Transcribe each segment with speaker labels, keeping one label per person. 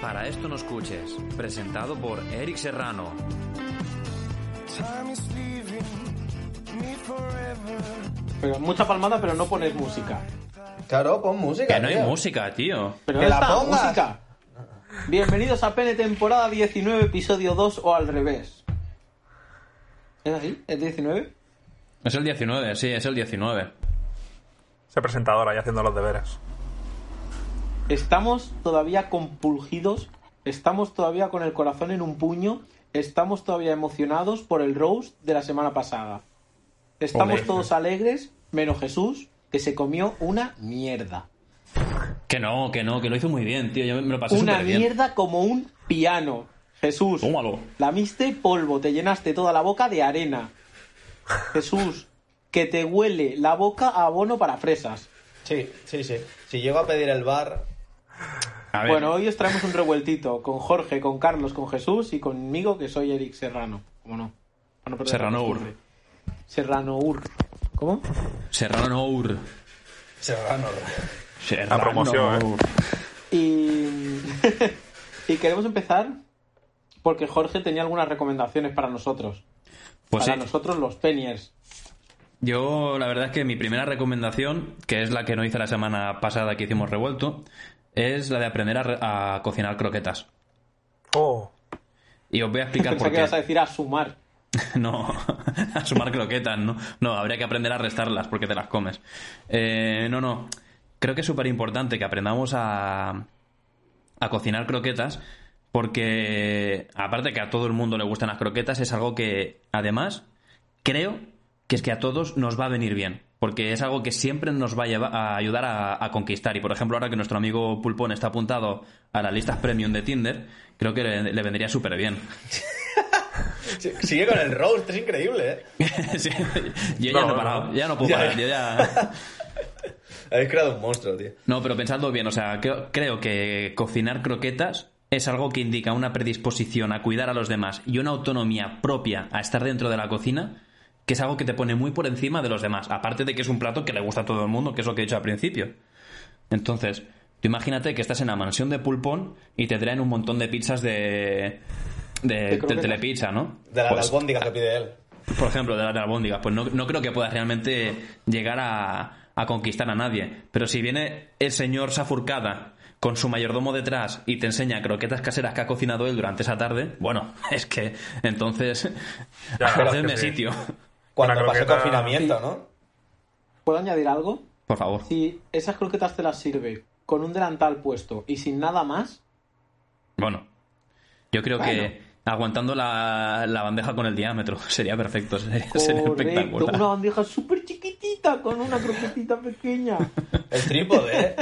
Speaker 1: Para esto no escuches, presentado por Eric Serrano.
Speaker 2: Mucha palmada, pero no pones música.
Speaker 3: Claro, pon música.
Speaker 1: Que no hay
Speaker 3: tío.
Speaker 1: música, tío.
Speaker 2: Pero
Speaker 3: ¡Que
Speaker 2: no
Speaker 3: la
Speaker 2: está,
Speaker 3: pongas!
Speaker 2: música. Bienvenidos a Pene temporada 19, episodio 2 o al revés. ¿Es así? ¿Es 19?
Speaker 1: Es el 19, sí, es el 19.
Speaker 4: Ese presentador ahí haciendo los deberes.
Speaker 2: Estamos todavía compulgidos, estamos todavía con el corazón en un puño, estamos todavía emocionados por el roast de la semana pasada. Estamos
Speaker 4: Hombre.
Speaker 2: todos alegres, menos Jesús, que se comió una mierda.
Speaker 1: Que no, que no, que lo hizo muy bien, tío. Yo me lo pasé
Speaker 2: Una
Speaker 1: súper bien.
Speaker 2: mierda como un piano. Jesús,
Speaker 1: Tómalo.
Speaker 2: lamiste polvo, te llenaste toda la boca de arena. Jesús, que te huele la boca a abono para fresas.
Speaker 3: Sí, sí, sí. Si llego a pedir el bar,
Speaker 1: A ver,
Speaker 2: Bueno, hoy os traemos un revueltito con Jorge, con Carlos, con Jesús y conmigo, que soy Eric Serrano. ¿Cómo no? Para no perder la
Speaker 1: Serrano Ur.
Speaker 2: costumbre. Serrano Ur. ¿Cómo?
Speaker 1: Serrano Ur.
Speaker 3: Serrano.
Speaker 1: Serrano
Speaker 4: promoción,
Speaker 1: Ur.
Speaker 2: Y... y queremos empezar porque Jorge tenía algunas recomendaciones para nosotros.
Speaker 1: Pues
Speaker 2: para
Speaker 1: sí,
Speaker 2: nosotros los peniers.
Speaker 1: yo la verdad es que mi primera recomendación, que es la que no hice la semana pasada que hicimos revuelto, es la de aprender a, re- a cocinar croquetas.
Speaker 4: Oh,
Speaker 1: Y os voy a explicar
Speaker 2: Pensé
Speaker 1: por
Speaker 2: que
Speaker 1: qué.
Speaker 2: ibas a decir a sumar.
Speaker 1: No, a sumar croquetas, ¿no? No, habría que aprender a restarlas porque te las comes. Eh, no, no. Creo que es súper importante que aprendamos a, a cocinar croquetas porque, aparte que a todo el mundo le gustan las croquetas, es algo que, además, creo que es que a todos nos va a venir bien. Porque es algo que siempre nos va a, lleva- a ayudar a, a conquistar. Y por ejemplo, ahora que nuestro amigo Pulpón está apuntado a las listas premium de Tinder, creo que le, le vendría súper bien.
Speaker 3: Sí, Sigue con el roast, es increíble, ¿eh?
Speaker 1: Sí, yo ya
Speaker 4: No,
Speaker 1: no he
Speaker 4: no,
Speaker 1: parado,
Speaker 4: no.
Speaker 1: ya no puedo
Speaker 3: Ya,
Speaker 1: parar,
Speaker 3: ya.
Speaker 1: yo ya...
Speaker 3: Habéis creado un monstruo, tío.
Speaker 1: No, pero pensadlo bien, o sea, creo, creo que cocinar croquetas es algo que indica una predisposición a cuidar a los demás y una autonomía propia a estar dentro de la cocina, que es algo que te pone muy por encima de los demás, aparte de que es un plato que le gusta a todo el mundo, que es lo que he dicho al principio. Entonces, tú imagínate que estás en la mansión de Pulpón y te traen un montón de pizzas de... De, del
Speaker 2: croquetas.
Speaker 1: Telepizza, ¿no?
Speaker 3: De la
Speaker 1: Pues,
Speaker 3: albóndiga que pide él.
Speaker 1: por ejemplo, de las albóndigas, pues no, no creo que puedas realmente llegar a, a conquistar a nadie. Pero si viene el señor Safurcada con su mayordomo detrás y te enseña croquetas caseras que ha cocinado él durante esa tarde, bueno, es que entonces
Speaker 4: Ya, la verdad es que
Speaker 1: hacedme
Speaker 4: sí.
Speaker 1: sitio,
Speaker 3: Cuando
Speaker 4: Una
Speaker 3: pasé
Speaker 4: croqueta-
Speaker 3: confinamiento, ¿no?
Speaker 2: ¿Puedo añadir algo?
Speaker 1: por favor.
Speaker 2: Si esas croquetas te las sirve con un delantal puesto y sin nada más,
Speaker 1: Bueno, yo creo que aguantando la, la bandeja con el diámetro sería perfecto, sería, sería
Speaker 2: correcto,
Speaker 1: espectacular.
Speaker 2: una bandeja súper chiquitita con una croquetita pequeña.
Speaker 3: El trípode, ¿eh?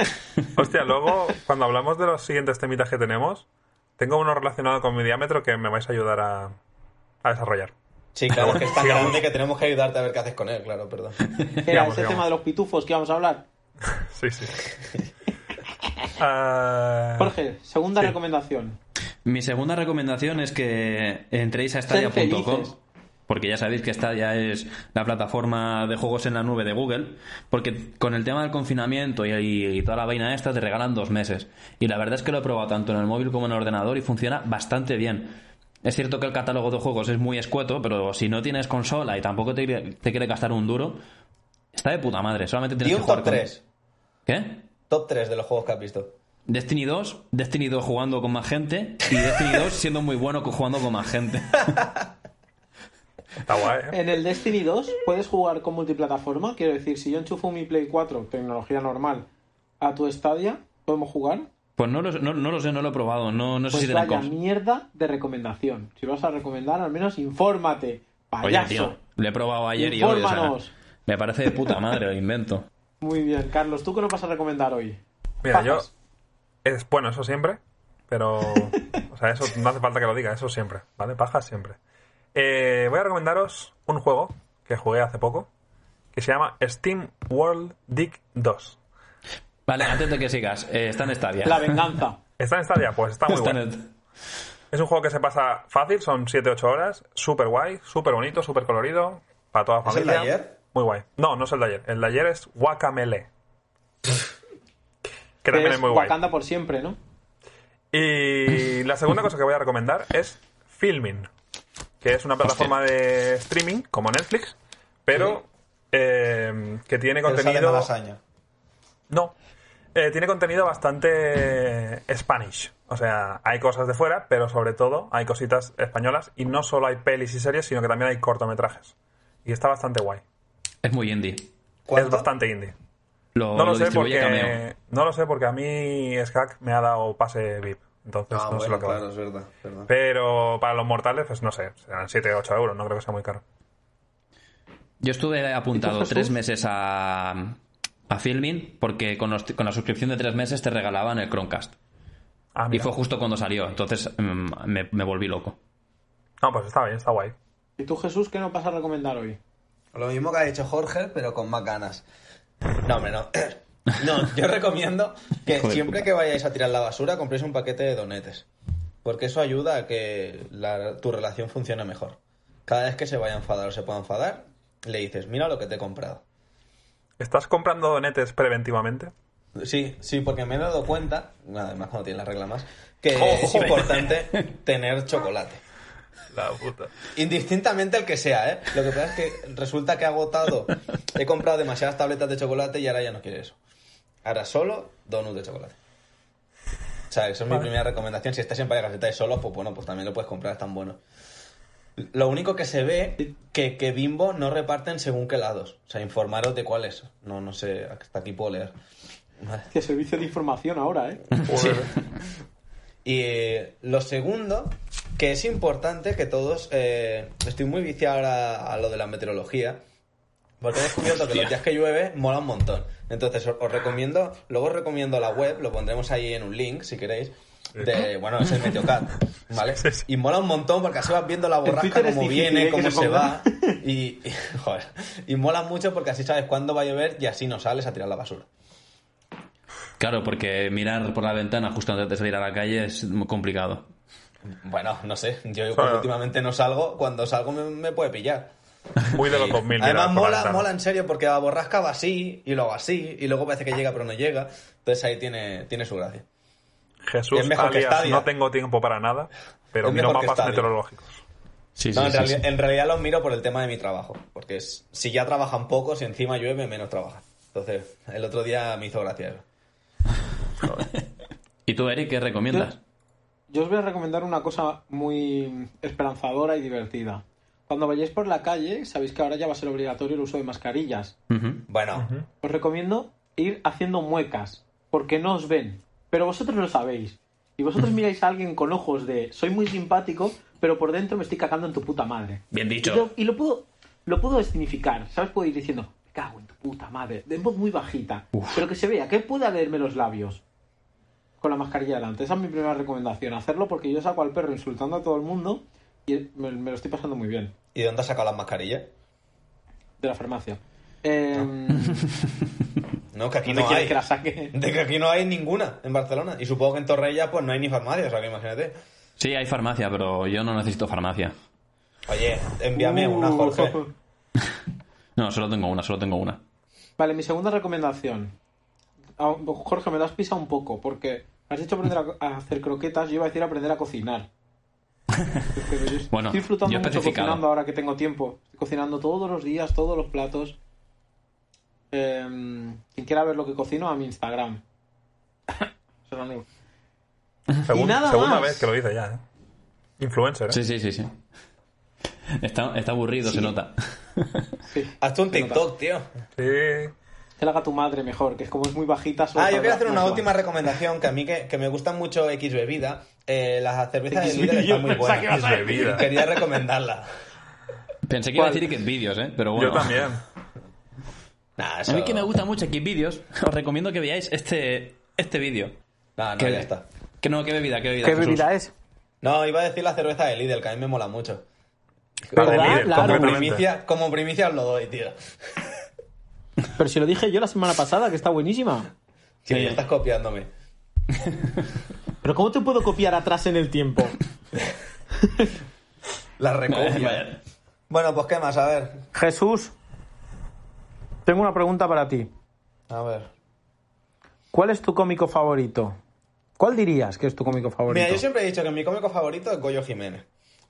Speaker 4: Hostia, luego, cuando hablamos de los siguientes temitas que tenemos, tengo uno relacionado con mi diámetro que me vais a ayudar a, a desarrollar.
Speaker 3: Sí, claro, es que es tan grande que tenemos que ayudarte a ver qué haces con él, claro, perdón.
Speaker 2: Era
Speaker 4: Digamos,
Speaker 2: ese
Speaker 4: digamos.
Speaker 2: tema de los pitufos que íbamos a hablar.
Speaker 4: Sí, sí. Ah,
Speaker 2: Jorge, segunda
Speaker 4: Sí.
Speaker 2: recomendación.
Speaker 1: Mi segunda recomendación es que entréis a
Speaker 2: Sed
Speaker 1: Stadia.com
Speaker 2: felices.
Speaker 1: porque ya sabéis que Stadia es la plataforma de juegos en la nube de Google, porque con el tema del confinamiento y, y toda la vaina esta te regalan dos meses. Y la verdad es que lo he probado tanto en el móvil como en el ordenador y funciona bastante bien. Es cierto que el catálogo de juegos es muy escueto, pero si no tienes consola y tampoco te, te quieres gastar un duro, está de puta madre. Solamente tienes
Speaker 3: Di
Speaker 1: que
Speaker 3: un
Speaker 1: jugar
Speaker 3: top
Speaker 1: con-
Speaker 3: 3.
Speaker 1: ¿Qué?
Speaker 3: Top 3 de los juegos que has visto.
Speaker 1: Destiny 2, Destiny 2 jugando con más gente y Destiny 2 siendo muy bueno co- jugando con más gente.
Speaker 4: Está guay, ¿eh?
Speaker 2: En el Destiny 2 puedes jugar con multiplataforma. Quiero decir, si yo enchufo mi Play 4, tecnología normal, a tu Stadia, ¿podemos jugar?
Speaker 1: Pues no lo, no, no lo sé, no lo he probado, no, no sé
Speaker 2: Pues
Speaker 1: si tienen
Speaker 2: vaya
Speaker 1: comps.
Speaker 2: mierda de recomendación. Si vas a recomendar, al menos infórmate,
Speaker 1: Oye,
Speaker 2: payaso.
Speaker 1: tío, le he probado ayer y hoy, o sea,
Speaker 2: Infórmanos.
Speaker 1: me parece de puta madre el invento.
Speaker 2: Muy bien, Carlos, ¿tú qué nos vas a recomendar hoy?
Speaker 4: Mira, yo.
Speaker 2: Pajas.
Speaker 4: Es bueno, eso siempre. Pero. O sea, eso no hace falta que lo diga, eso siempre. ¿Vale? Paja siempre. Eh, voy a recomendaros un juego que jugué hace poco. Que se llama Steam World Dig 2.
Speaker 1: Vale, antes de que sigas, eh, está en Stadia.
Speaker 2: La venganza.
Speaker 4: ¿Está en Stadia? Pues está muy
Speaker 1: Está en
Speaker 4: bueno.
Speaker 1: el-
Speaker 4: Es un juego que se pasa fácil, son 7-8 horas. Súper guay, súper bonito, súper colorido. Para toda la
Speaker 3: ¿Es el
Speaker 4: familia.
Speaker 3: de ayer?
Speaker 4: Muy guay. No, no es el de ayer. El de ayer es Wakamele. que
Speaker 2: Que
Speaker 4: también
Speaker 2: es
Speaker 4: es muy guay.
Speaker 2: Wakanda por siempre, ¿no?
Speaker 4: Y la segunda cosa que voy a recomendar es Filmin, que es una plataforma de streaming como Netflix, pero eh, que tiene
Speaker 3: Él sale
Speaker 4: contenido.
Speaker 3: malasaña.
Speaker 4: No. Eh, tiene contenido bastante eh, Spanish. O sea, hay cosas de fuera, pero sobre todo hay cositas españolas. Y no solo hay pelis y series, sino que también hay cortometrajes. Y está bastante guay.
Speaker 1: Es muy indie.
Speaker 3: ¿Cuánto?
Speaker 4: Es bastante indie.
Speaker 1: Lo,
Speaker 4: No
Speaker 1: lo
Speaker 4: lo, sé
Speaker 1: distribuye Cameo.
Speaker 4: porque, no lo sé porque a mí Skak me ha dado pase VIP. Entonces
Speaker 3: Ah,
Speaker 4: no sé
Speaker 3: bueno,
Speaker 4: lo que vale.
Speaker 3: claro, es verdad. verdad.
Speaker 4: Pero para los mortales, pues no sé, serán 7 o 8 euros, no creo que sea muy caro.
Speaker 1: Yo estuve apuntado
Speaker 2: Jesús?
Speaker 1: tres meses a, a Filmin porque con, los- con la suscripción de tres meses te regalaban el Chromecast.
Speaker 4: Ah,
Speaker 1: Y
Speaker 4: mira.
Speaker 1: fue justo cuando salió, entonces mm, me, me volví loco.
Speaker 4: No, pues está bien, está guay.
Speaker 2: ¿Y tú, Jesús, qué nos vas a recomendar hoy?
Speaker 3: Lo mismo que ha dicho Jorge, pero con más ganas. No, hombre, no. No, yo recomiendo que
Speaker 1: Hijo de
Speaker 3: siempre
Speaker 1: puta.
Speaker 3: que vayáis a tirar la basura, compréis un paquete de donetes. Porque eso ayuda a que la- tu relación funcione mejor. Cada vez que se vaya a enfadar o se pueda enfadar, le dices, mira lo que te he comprado.
Speaker 4: ¿Estás comprando donetes preventivamente?
Speaker 3: Sí, sí, porque me he dado cuenta, además cuando tienes las reglas más, que
Speaker 4: Joder.
Speaker 3: es importante tener chocolate.
Speaker 4: La puta.
Speaker 3: Indistintamente el que sea, ¿eh? Lo que pasa es que resulta que he agotado, he comprado demasiadas tabletas de chocolate y ahora ya no quiere eso. Ahora solo donut de chocolate. O sea, esa es mi primera recomendación. Si estás en pareja, si estáis solos, pues bueno, pues también lo puedes comprar, están buenos. Lo único que se ve que, que Bimbo no reparten según qué lados. O sea, informaros de cuáles. No, no sé, hasta aquí puedo leer. Vale.
Speaker 2: Qué servicio de información ahora, ¿eh?
Speaker 3: Y eh, lo segundo, que es importante que todos. eh, estoy muy viciado ahora a lo de la meteorología. Porque he descubierto que los días que llueve mola un montón. Entonces os, os recomiendo, luego os recomiendo la web, lo pondremos ahí en un link si queréis. De,
Speaker 2: Eh.
Speaker 3: bueno, es el Meteocat, ¿vale?
Speaker 4: Sí, sí.
Speaker 3: Y mola un montón porque así vas viendo la borrasca
Speaker 2: Twitter es
Speaker 3: como
Speaker 2: difícil, ¿eh?
Speaker 3: viene,
Speaker 2: que
Speaker 3: cómo
Speaker 2: se
Speaker 3: se va.
Speaker 2: ponga.
Speaker 3: Y, y, joder, y mola mucho porque así sabes cuándo va a llover y así no sales a tirar la basura.
Speaker 1: Claro, porque mirar por la ventana justo antes de salir a la calle es muy complicado.
Speaker 3: Bueno, no sé, yo
Speaker 4: Claro.
Speaker 3: últimamente no salgo, cuando salgo me, me puede pillar.
Speaker 4: Muy de los
Speaker 3: Sí.
Speaker 4: 2000. mirar
Speaker 3: Además
Speaker 4: por la
Speaker 3: mola,
Speaker 4: ventana.
Speaker 3: mola en serio porque la borrasca va así y luego así y luego parece que llega pero no llega. Entonces ahí tiene, tiene su gracia.
Speaker 4: Jesús,
Speaker 3: Es mejor que
Speaker 4: alias,
Speaker 3: Stadia.
Speaker 4: no tengo tiempo para nada, pero
Speaker 3: Es
Speaker 4: miro
Speaker 3: mejor que
Speaker 4: mapas
Speaker 3: Stadia.
Speaker 4: meteorológicos.
Speaker 1: Sí,
Speaker 3: No, en, realidad, en realidad los miro por el tema de mi trabajo, porque es- si ya trabajan poco, si encima llueve, menos trabajan. Entonces, el otro día me hizo gracia eso.
Speaker 1: ¿Y tú, Eric, qué recomiendas?
Speaker 2: Yo os voy a recomendar una cosa muy esperanzadora y divertida. Cuando vayáis por la calle, sabéis que ahora ya va a ser obligatorio el uso de mascarillas.
Speaker 1: Ujú.
Speaker 3: Bueno,
Speaker 2: Os recomiendo ir haciendo muecas, porque no os ven, pero vosotros lo sabéis. Y vosotros miráis a alguien con ojos de soy muy simpático, pero por dentro me estoy cagando en tu puta madre.
Speaker 1: Bien
Speaker 2: Y lo,
Speaker 1: dicho.
Speaker 2: y lo puedo lo puedo escenificar, ¿sabes? Puedo ir diciendo, me cago en tu puta madre, de voz muy bajita, pero que se vea, que pueda leerme los labios con la mascarilla delante. Esa es mi primera recomendación, hacerlo porque yo saco al perro insultando a todo el mundo y me, me lo estoy pasando muy bien,
Speaker 3: ¿y dónde has sacado las mascarillas?
Speaker 2: de la farmacia. Eh,
Speaker 3: No, que aquí
Speaker 2: ¿dónde
Speaker 3: no
Speaker 2: quieres
Speaker 3: hay.
Speaker 2: que la saque?
Speaker 3: De que aquí no hay ninguna en Barcelona. Y supongo que en Torrella pues no hay ni farmacia, o sea que imagínate.
Speaker 1: Sí, hay farmacia, pero yo no necesito farmacia.
Speaker 3: Oye, envíame una,
Speaker 2: Uh.
Speaker 3: Jorge.
Speaker 1: No, solo tengo una, solo tengo una.
Speaker 2: Vale, mi segunda recomendación. Ah, Jorge, me das pisa un poco, porque has dicho aprender a, co- a hacer croquetas, yo iba a decir aprender a cocinar. Pero yo
Speaker 1: Bueno,
Speaker 2: estoy disfrutando
Speaker 1: yo he
Speaker 2: mucho
Speaker 1: especificado.
Speaker 2: cocinando ahora que tengo tiempo. Estoy cocinando todos los días, todos los platos. Em, quien quiera ver lo que cocino, a mi Instagram. Será nuevo.
Speaker 4: Segun-
Speaker 2: Y nada
Speaker 4: segunda
Speaker 2: más.
Speaker 4: vez que lo dice ya, ¿eh? Influencer, ¿eh?
Speaker 1: Sí, sí, sí, sí. Está, está aburrido, se nota.
Speaker 2: Sí,
Speaker 3: Hazte un
Speaker 2: se nota.
Speaker 3: TikTok, tío.
Speaker 4: Sí.
Speaker 2: Que la haga tu madre mejor, que es como es muy bajita. solo
Speaker 3: Ah, yo
Speaker 2: para
Speaker 3: quiero
Speaker 2: ver
Speaker 3: hacer
Speaker 2: las
Speaker 3: una
Speaker 2: más
Speaker 3: última
Speaker 2: bajas.
Speaker 3: recomendación que a mí que, que me gustan mucho X bebida. Eh, las cervezas de
Speaker 2: X
Speaker 3: líder
Speaker 2: bebida,
Speaker 3: están muy
Speaker 2: pensaba que
Speaker 3: buenas.
Speaker 2: ibas a
Speaker 4: X decir. bebida.
Speaker 3: Quería recomendarla.
Speaker 1: Pensé que iba a
Speaker 2: ¿Cuál?
Speaker 1: decir que vídeos, ¿eh? Pero bueno.
Speaker 4: Yo también. Pues
Speaker 3: Nah, eso...
Speaker 1: A mí que me gusta mucho aquí vídeos, os recomiendo que veáis este, este vídeo.
Speaker 3: Ah, No, no,
Speaker 1: Que-
Speaker 3: ya está.
Speaker 1: Que no, qué bebida, qué bebida.
Speaker 2: ¿Qué
Speaker 1: Jesús?
Speaker 2: bebida es?
Speaker 3: No, iba a decir la cerveza de Lidl, que a mí me mola mucho.
Speaker 4: La de
Speaker 2: ¿Verdad? Claro.
Speaker 4: líder,
Speaker 3: Como
Speaker 4: completamente.
Speaker 3: primicia, como primicia os lo doy, tío.
Speaker 2: Pero si lo dije yo la semana pasada, que está buenísima.
Speaker 3: Sí, ya estás copiándome.
Speaker 2: Pero ¿cómo te puedo copiar atrás en el tiempo?
Speaker 3: La recopio.
Speaker 1: Vaya.
Speaker 3: Bueno, pues qué más, a ver.
Speaker 2: Jesús, tengo una pregunta para ti.
Speaker 3: A ver.
Speaker 2: ¿Cuál es tu cómico favorito? ¿Cuál dirías que es tu cómico favorito?
Speaker 3: Mira, yo siempre he dicho que mi cómico favorito es Goyo Jiménez.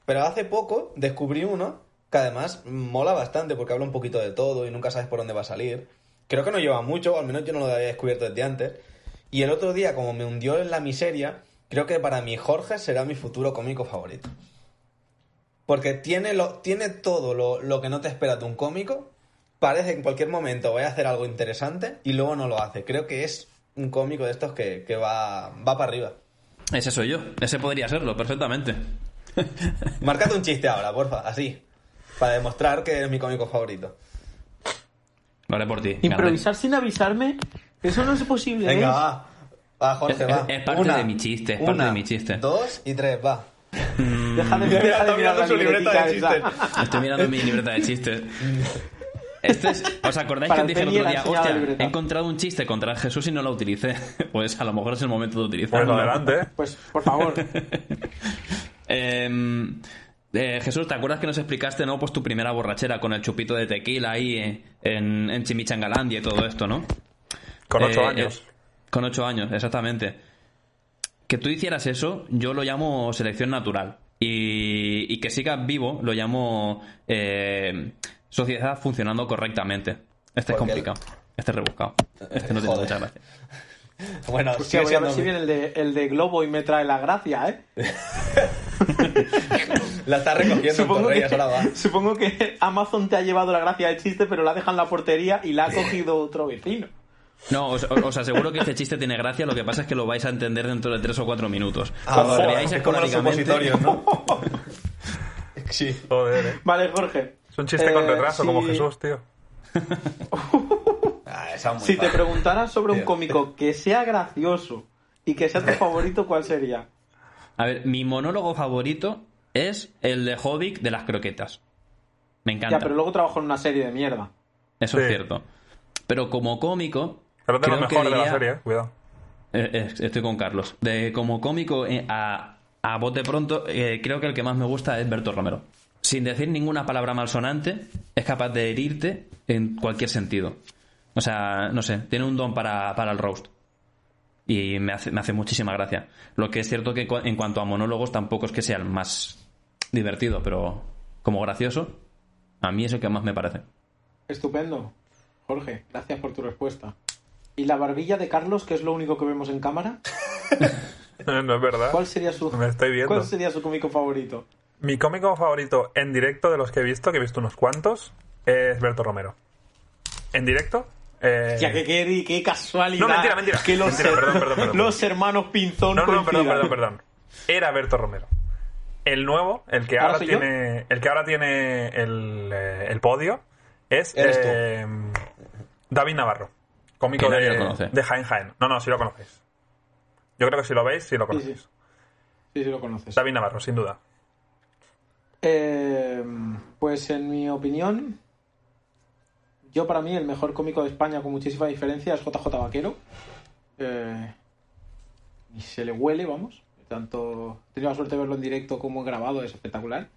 Speaker 3: Pero hace poco descubrí uno que además mola bastante porque habla un poquito de todo y nunca sabes por dónde va a salir. Creo que no lleva mucho, o al menos yo no lo había descubierto desde antes. Y el otro día, como me hundió en la miseria, creo que para mí Jorge será mi futuro cómico favorito. Porque tiene, lo, tiene todo lo, lo que no te espera de un cómico. Parece que en cualquier momento vaya a hacer algo interesante y luego no lo hace. Creo que es un cómico de estos que, que va, va para arriba.
Speaker 1: Ese soy yo. Ese podría serlo, perfectamente.
Speaker 3: Marcate un chiste ahora, porfa, así. Para demostrar que eres mi cómico favorito.
Speaker 1: Lo haré por ti. Gandhi.
Speaker 2: Improvisar sin avisarme, eso no es posible. ¿eh?
Speaker 3: Venga, va. Va,
Speaker 1: Es,
Speaker 3: Jorge,
Speaker 1: es-
Speaker 3: va.
Speaker 1: es parte
Speaker 3: Una,
Speaker 1: de mi chiste, es parte
Speaker 3: una,
Speaker 1: de mi chiste.
Speaker 3: Dos y tres, va.
Speaker 2: Deja de, deja
Speaker 3: Mira,
Speaker 2: de
Speaker 3: está
Speaker 2: mirar
Speaker 3: mirando
Speaker 2: la
Speaker 3: su libreta de
Speaker 2: libretica esa.
Speaker 3: chistes.
Speaker 1: Estoy mirando mi libreta de chistes. Este es- ¿Os acordáis que
Speaker 2: Para
Speaker 1: os dije el
Speaker 2: Peña
Speaker 1: otro día?
Speaker 2: le ha enseñado
Speaker 1: Hostia,
Speaker 2: la libreta".
Speaker 1: he encontrado un chiste contra Jesús y no lo utilicé. Pues a lo mejor es el momento de
Speaker 4: Pues
Speaker 1: utilizarlo.
Speaker 4: adelante, ¿eh?
Speaker 2: Pues, por favor.
Speaker 1: Eh, eh, Jesús, ¿te acuerdas que nos explicaste, no? Pues tu primera borrachera con el chupito de tequila ahí eh, en, en Chimichangalandia y todo esto, ¿no?
Speaker 4: Con ocho
Speaker 1: Eh,
Speaker 4: años.
Speaker 1: eh, con ocho años, exactamente. Que tú hicieras eso, yo lo llamo selección natural. Y, y que sigas vivo, lo llamo eh, sociedad funcionando correctamente. Este es
Speaker 3: Porque-
Speaker 1: complicado. Este es rebuscado. Este no tiene
Speaker 3: Joder.
Speaker 1: mucha gracia.
Speaker 3: Bueno,
Speaker 2: Hostia,
Speaker 3: sigue
Speaker 2: voy a ver
Speaker 3: siendo
Speaker 2: si
Speaker 3: mi-
Speaker 2: viene el de, el de Globo y me trae la gracia, ¿eh?
Speaker 3: La está recogiendo en
Speaker 2: Supongo que,
Speaker 3: Torrellas, ahora va.
Speaker 2: supongo que Amazon te ha llevado la gracia del chiste, pero la dejan en la portería y la ha cogido otro vecino.
Speaker 1: No, os, os aseguro que este chiste tiene gracia, lo que pasa es que lo vais a entender dentro de tres o cuatro minutos.
Speaker 3: Ah,
Speaker 1: Cuando
Speaker 3: vale,
Speaker 1: lo veáis
Speaker 3: es como los
Speaker 1: esporádicamente-
Speaker 3: supositorios, ¿no? sí.
Speaker 4: Joder, ¿eh?
Speaker 2: Vale, Jorge.
Speaker 4: Es un chiste con
Speaker 2: Eh,
Speaker 4: retraso, como
Speaker 2: si-
Speaker 4: Jesús, tío.
Speaker 3: Ah, esa es muy
Speaker 2: Si te
Speaker 3: fácil.
Speaker 2: preguntaras sobre un
Speaker 3: Tío.
Speaker 2: cómico que sea gracioso y que sea tu favorito, ¿cuál sería?
Speaker 1: A ver, mi monólogo favorito es el de Hobbit de las croquetas. Me encanta.
Speaker 2: Ya, pero luego trabajo en una serie de mierda.
Speaker 1: Eso es
Speaker 4: Sí.
Speaker 1: cierto. Pero como cómico.
Speaker 4: Pero es de
Speaker 1: creo
Speaker 4: los mejores
Speaker 1: que
Speaker 4: de la
Speaker 1: diría-
Speaker 4: serie, ¿eh? Cuidado.
Speaker 1: Eh, eh, estoy con Carlos. De, como cómico, eh, a, a bote pronto, eh, creo que el que más me gusta es Berto Romero. Sin decir ninguna palabra malsonante, es capaz de herirte en cualquier sentido. O sea, no sé, tiene un don para, para el roast. Y me hace, me hace muchísima gracia. Lo que es cierto que cu- en cuanto a monólogos tampoco es que sea el más divertido, pero como gracioso, a mí es el que más me parece.
Speaker 2: Estupendo. Jorge, gracias por tu respuesta. ¿Y la barbilla de Carlos, que es lo único que vemos en cámara?
Speaker 4: no es verdad.
Speaker 2: ¿Cuál sería su,
Speaker 4: Me estoy viendo.
Speaker 2: ¿cuál sería su cómico favorito?
Speaker 4: Mi cómico favorito en directo de los que he visto, que he visto unos cuantos, es Berto Romero. En directo. eh,
Speaker 2: Ya que qué, qué casualidad.
Speaker 4: No, mentira, mentira.
Speaker 2: Que los,
Speaker 4: Mentira, perdón, perdón, perdón.
Speaker 2: los hermanos Pinzón
Speaker 4: No, no,
Speaker 2: coincidan.
Speaker 4: perdón, perdón, perdón. Era Berto Romero. El nuevo, el que
Speaker 2: ¿Ahora
Speaker 4: ahora,
Speaker 2: soy yo?
Speaker 4: tiene, el que ahora tiene el, eh, el podio, es
Speaker 3: Eres tú.
Speaker 4: eh, David Navarro, cómico
Speaker 1: Que nadie
Speaker 4: de,
Speaker 1: lo conoce.
Speaker 4: de Jaén Jaén. No, no, si lo conocéis. Yo creo que si lo veis, si lo
Speaker 2: Sí,
Speaker 4: conocéis.
Speaker 2: sí. Sí, sí, lo conoces.
Speaker 4: David Navarro, sin duda.
Speaker 2: Eh, pues en mi opinión, yo para mí el mejor cómico de España con muchísima diferencia es JJ Vaquero. Eh, y se le huele, vamos. Tanto he tenido la suerte de verlo en directo como grabado, es espectacular.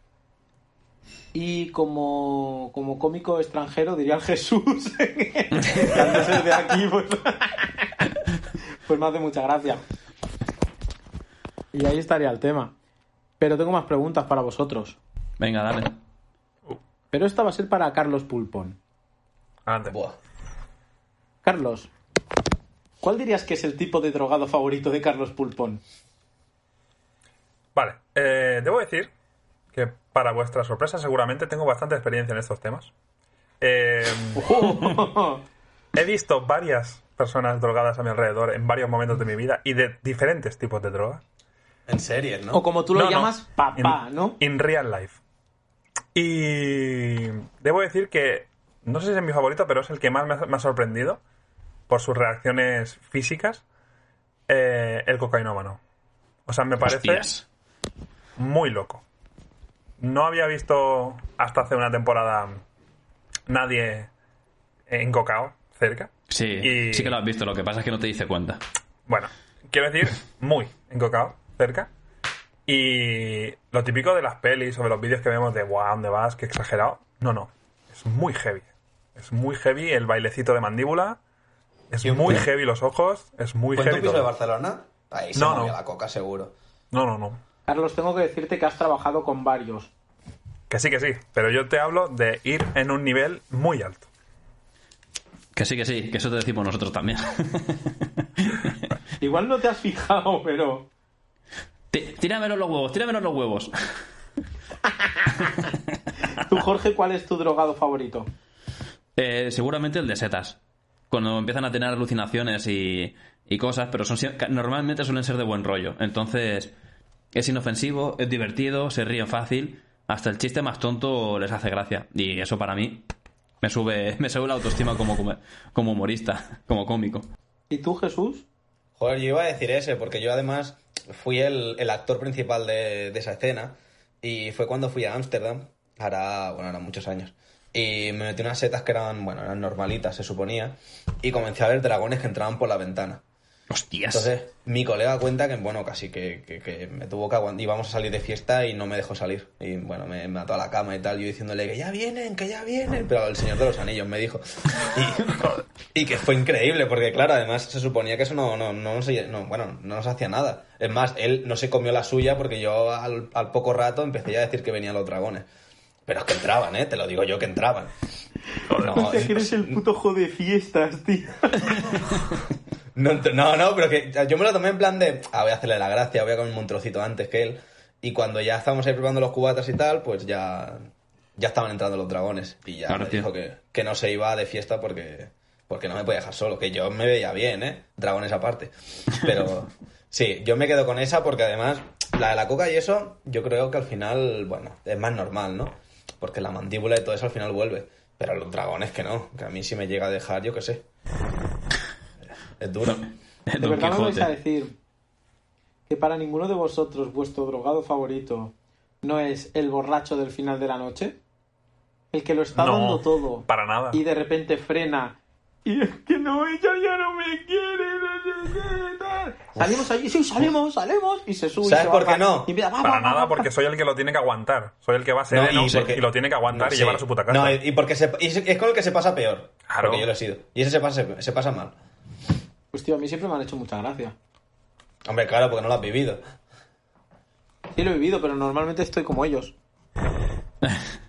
Speaker 2: Y como, como cómico extranjero diría el Jesús. que antes es de aquí, pues, pues me hace mucha gracia. Y ahí estaría el tema. Pero tengo más preguntas para vosotros.
Speaker 1: Venga, dale.
Speaker 2: Pero esta va a ser para Carlos Pulpón.
Speaker 4: Adelante.
Speaker 3: Buah.
Speaker 2: Carlos, ¿cuál dirías que es el tipo de drogado favorito de Carlos Pulpón?
Speaker 4: Vale, eh, debo decir que para vuestra sorpresa seguramente tengo bastante experiencia en estos temas. Eh,
Speaker 2: ¡Oh!
Speaker 4: he visto varias personas drogadas a mi alrededor en varios momentos de mi vida y de diferentes tipos de drogas.
Speaker 3: En series, ¿no?
Speaker 2: o como tú lo
Speaker 4: No, Em. no.
Speaker 2: llamas, papá,
Speaker 4: In-
Speaker 2: ¿no?
Speaker 4: In real life. Y debo decir que no sé si es mi favorito, pero es el que más me ha, me ha sorprendido por sus reacciones físicas. eh, el cocainómano. O sea, me parece
Speaker 1: Hostias.
Speaker 4: muy loco. No había visto hasta hace una temporada nadie en cocao cerca.
Speaker 1: Sí,
Speaker 4: Y-
Speaker 1: sí que lo has visto, lo que pasa es que no te diste cuenta.
Speaker 4: Bueno, quiero decir, muy encocado, cerca. Y lo típico de las pelis o de los vídeos que vemos de, wow, ¿dónde vas? Qué exagerado. No, no. Es muy heavy. Es muy heavy el bailecito de mandíbula. Es
Speaker 3: Y un
Speaker 4: muy
Speaker 3: pu-
Speaker 4: heavy los ojos. Es muy
Speaker 3: ¿Cuánto
Speaker 4: heavy
Speaker 3: piso de
Speaker 4: todo.
Speaker 3: Barcelona? Ahí se
Speaker 4: No,
Speaker 3: movía
Speaker 4: no.
Speaker 3: la coca, seguro.
Speaker 4: No, no, no.
Speaker 2: Carlos, tengo que decirte que has trabajado con varios.
Speaker 4: Que sí, que sí. Pero yo te hablo de ir en un nivel muy alto.
Speaker 1: Que sí, que sí, que eso te decimos nosotros también.
Speaker 2: Igual no te has fijado, pero.
Speaker 1: Tí- tíramelo los huevos, tíramelo los huevos.
Speaker 2: Tú, Jorge, ¿cuál es tu drogado favorito?
Speaker 1: Eh, seguramente el de setas. Cuando empiezan a tener alucinaciones y, y cosas, pero son sie- ca- normalmente suelen ser de buen rollo. Entonces, es inofensivo, es divertido, se ríen fácil, hasta el chiste más tonto les hace gracia. Y eso para mí me sube, me sube la autoestima como, como, como humorista, como cómico.
Speaker 2: ¿Y tú, Jesús?
Speaker 3: Joder, yo iba a decir ese, porque yo además fui el, el actor principal de, de esa escena y fue cuando fui a Ámsterdam, hará, bueno, eran muchos años, y me metí unas setas que eran, bueno, eran normalitas, se suponía, y comencé a ver dragones que entraban por la ventana.
Speaker 1: ¡Hostias!
Speaker 3: Entonces, mi colega cuenta que, bueno, casi que, que- que me tuvo que aguantar, íbamos a salir de fiesta y no me dejó salir. Y bueno, me mató a la cama y tal, yo diciéndole que ya vienen, que ya vienen, pero el señor de los anillos me dijo. Y, y que fue increíble, porque claro, además se suponía que eso no, no, no, nos, no, bueno, no nos hacía nada. Es más, él no se comió la suya porque yo al, al poco rato empecé ya a decir que venían los dragones. Pero es que entraban, ¿eh? Te lo digo yo que entraban. No,
Speaker 2: Hostia, que eres el puto jode fiestas, tío.
Speaker 3: No, ent- no, no, pero que yo me lo tomé en plan de, ah, voy a hacerle la gracia, voy a comer un trocito antes que él. Y cuando ya estábamos ahí probando los cubatas y tal, pues ya, ya estaban entrando los dragones. Y ya
Speaker 1: Claro,
Speaker 3: me
Speaker 1: tío.
Speaker 3: dijo que, que no se iba de fiesta porque, porque no me podía dejar solo, que yo me veía bien, ¿eh? Dragones aparte. Pero sí, yo me quedo con esa porque además la de la coca y eso, yo creo que al final, bueno, es más normal, ¿no? Porque la mandíbula y todo eso al final vuelve. Pero los dragones que no, que a mí sí me llega a dejar, yo qué sé. Es duro.
Speaker 2: De
Speaker 1: Don
Speaker 2: verdad me vais a
Speaker 1: Quijote.
Speaker 2: decir que para ninguno de vosotros vuestro drogado favorito no es el borracho del final de la noche, el que lo está
Speaker 4: No,
Speaker 2: dando todo
Speaker 4: para nada.
Speaker 2: y de repente frena y es que no, ella ya no me quiere. no sé qué, tal. Salimos allí, sí, salimos, salimos y se sube. y
Speaker 3: ¿Sabes
Speaker 2: se
Speaker 3: por
Speaker 2: baja,
Speaker 3: qué no?
Speaker 2: y empieza, va, va,
Speaker 4: Para
Speaker 2: va, va,
Speaker 4: nada,
Speaker 2: va.
Speaker 4: porque soy el que lo tiene que aguantar. Soy el que va a ser
Speaker 3: No,
Speaker 4: eno
Speaker 3: y
Speaker 4: y,
Speaker 3: porque-
Speaker 4: lo tiene que aguantar
Speaker 3: no sé.
Speaker 4: y llevar a su puta casa.
Speaker 3: No, eh, y y porque se- y es es con el que se pasa peor.
Speaker 4: Claro.
Speaker 3: Porque yo lo he sido. Y ese se pasa, se, se pasa mal.
Speaker 2: Pues tío, a mí siempre me han hecho mucha gracia.
Speaker 3: Hombre, claro, porque no lo has vivido.
Speaker 2: Sí lo he vivido, pero normalmente estoy como ellos.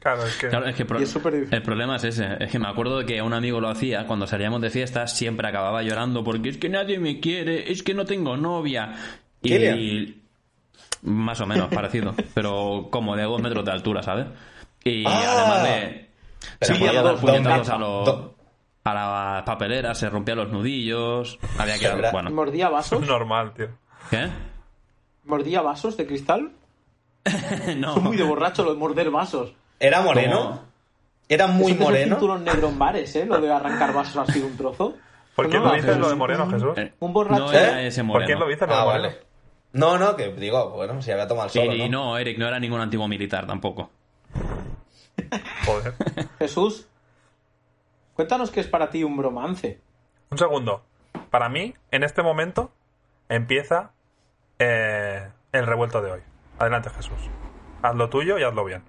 Speaker 4: Claro, es que.
Speaker 1: Claro, es que pro-
Speaker 2: Y es súper difícil.
Speaker 1: el problema es ese. Es que me acuerdo de que un amigo lo hacía cuando salíamos de fiestas, siempre acababa llorando porque es que nadie me quiere, es que no tengo novia.
Speaker 3: Kylian.
Speaker 1: Y. Más o menos parecido, pero como de dos metros de altura, ¿sabes? Y
Speaker 3: Ah.
Speaker 1: además de.
Speaker 3: Pero
Speaker 1: se podía
Speaker 3: Kylian,
Speaker 1: dar
Speaker 3: don-
Speaker 1: puñetazos
Speaker 3: don-
Speaker 1: a los.
Speaker 3: don-
Speaker 1: A las papeleras, se rompían los nudillos. Había que.
Speaker 3: Sabrá-
Speaker 1: Bueno.
Speaker 2: Mordía vasos,
Speaker 4: Normal, tío.
Speaker 1: ¿Qué?
Speaker 2: mordía vasos de cristal.
Speaker 1: No.
Speaker 2: Son muy de borracho lo de morder vasos.
Speaker 3: Era moreno.
Speaker 1: Como-
Speaker 3: Era
Speaker 2: Eso
Speaker 3: muy
Speaker 2: que Es un
Speaker 3: moreno.
Speaker 2: cinturón negro en bares, ¿eh? Lo de arrancar vasos así de un trozo.
Speaker 4: ¿Por qué
Speaker 2: No,
Speaker 4: tú dices
Speaker 2: pero
Speaker 4: lo
Speaker 2: es
Speaker 4: de Moreno,
Speaker 2: un-
Speaker 4: Jesús?
Speaker 1: Eh,
Speaker 2: Un borracho.
Speaker 1: No era
Speaker 3: ¿Eh?
Speaker 1: ese
Speaker 4: ¿Por
Speaker 1: moreno.
Speaker 4: qué lo dices lo de
Speaker 3: Ah,
Speaker 4: Moreno?
Speaker 3: vale. No, no, que digo, bueno, si había tomado el solo,
Speaker 1: Y, y
Speaker 3: ¿no?
Speaker 1: no, Eric no era ningún antiguo militar tampoco.
Speaker 4: Joder.
Speaker 2: Jesús, cuéntanos qué es para ti un bromance.
Speaker 4: Un segundo. Para mí, en este momento, empieza eh, el revuelto de hoy. Adelante, Jesús. Haz lo tuyo y hazlo bien.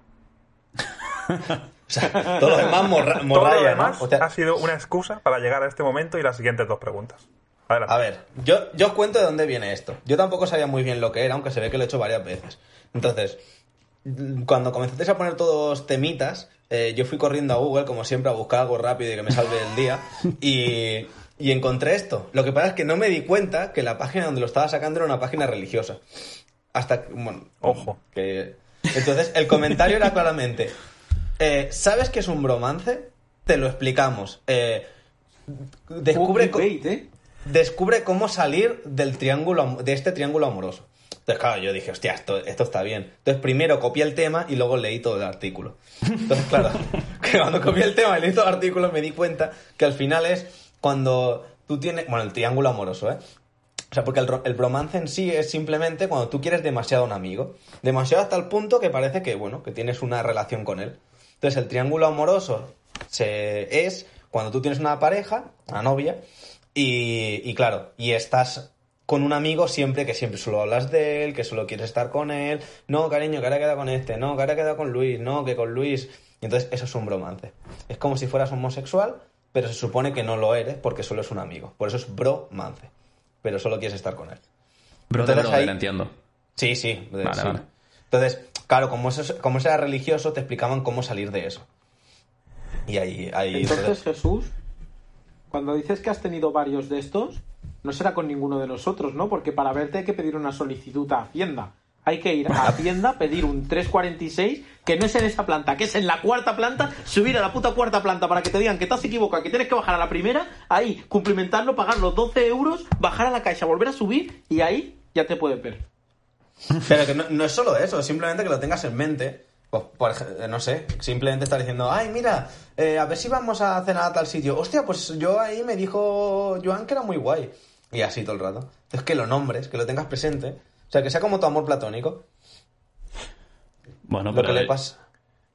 Speaker 3: O sea, todo lo demás morra,
Speaker 4: Todo lo
Speaker 3: morralla, ¿no?
Speaker 4: demás
Speaker 3: O sea,
Speaker 4: ha sido una excusa para llegar a este momento y las siguientes dos preguntas. Adelante.
Speaker 3: A ver, yo, yo os cuento de dónde viene esto. Yo tampoco sabía muy bien lo que era, aunque se ve que lo he hecho varias veces. Entonces, mm, cuando comenzasteis a poner todos temitas, eh, yo fui corriendo a Google, como siempre, a buscar algo rápido y que me salve el día. Y, y encontré esto. Lo que pasa es que no me di cuenta que la página donde lo estaba sacando era una página religiosa. Hasta que- bueno,
Speaker 4: Ojo.
Speaker 3: que- entonces el comentario era claramente, eh, ¿sabes qué es un bromance? Te lo explicamos. Eh, descubre
Speaker 2: Un
Speaker 3: co-
Speaker 2: clickbait, ¿eh?
Speaker 3: descubre cómo salir del triángulo am- de este triángulo amoroso. Entonces, claro, yo dije, hostia, esto, esto está bien. Entonces, primero copié el tema y luego leí todo el artículo. Entonces, claro, que cuando copié el tema y leí todo el artículo me di cuenta que al final es cuando tú tienes... Bueno, el triángulo amoroso, ¿eh? O sea, porque el, ro- el bromance en sí es simplemente cuando tú quieres demasiado a un amigo. Demasiado hasta el punto que parece que, bueno, que tienes una relación con él. Entonces, el triángulo amoroso se, es cuando tú tienes una pareja, una novia, y, y claro, y estás con un amigo siempre que siempre solo hablas de él, que solo quieres estar con él. No, cariño, que ahora queda con este. No, que ahora queda con Luis. No, que con Luis. Y entonces, eso es un bromance. Es como si fueras homosexual, pero se supone que no lo eres porque solo es un amigo. Por eso es bromance pero solo quieres estar con él.
Speaker 1: Brother,
Speaker 3: Entonces,
Speaker 1: brother,
Speaker 3: ahí-
Speaker 1: entiendo.
Speaker 3: Sí, sí. de-
Speaker 1: Vale,
Speaker 3: sí.
Speaker 1: vale.
Speaker 3: Entonces, claro, como eso, como eso era religioso, te explicaban cómo salir de eso. Y ahí... ahí
Speaker 2: Entonces, Jesús, cuando dices que has tenido varios de estos, no será con ninguno de nosotros, ¿no? Porque para verte hay que pedir una solicitud a Hacienda. Hay que ir a Hacienda, pedir un 346, que no es en esa planta, que es en la cuarta planta, subir a la puta cuarta planta para que te digan que te has equivocado, que tienes que bajar a la primera, ahí, cumplimentarlo, pagar los 12 euros, bajar a la caixa, volver a subir y ahí ya te puedes ver.
Speaker 3: Pero que no, no es solo eso, simplemente que lo tengas en mente. Pues, por ej- eh, no sé, simplemente estar diciendo, ay, mira, eh, a ver si vamos a cenar a tal sitio. Hostia, pues yo ahí me dijo Joan que era muy guay. Y así todo el rato. Entonces que lo nombres, que lo tengas presente. O sea, que sea como tu amor platónico.
Speaker 1: Bueno,
Speaker 3: lo
Speaker 1: pero
Speaker 3: que le
Speaker 1: eh,
Speaker 3: pasa.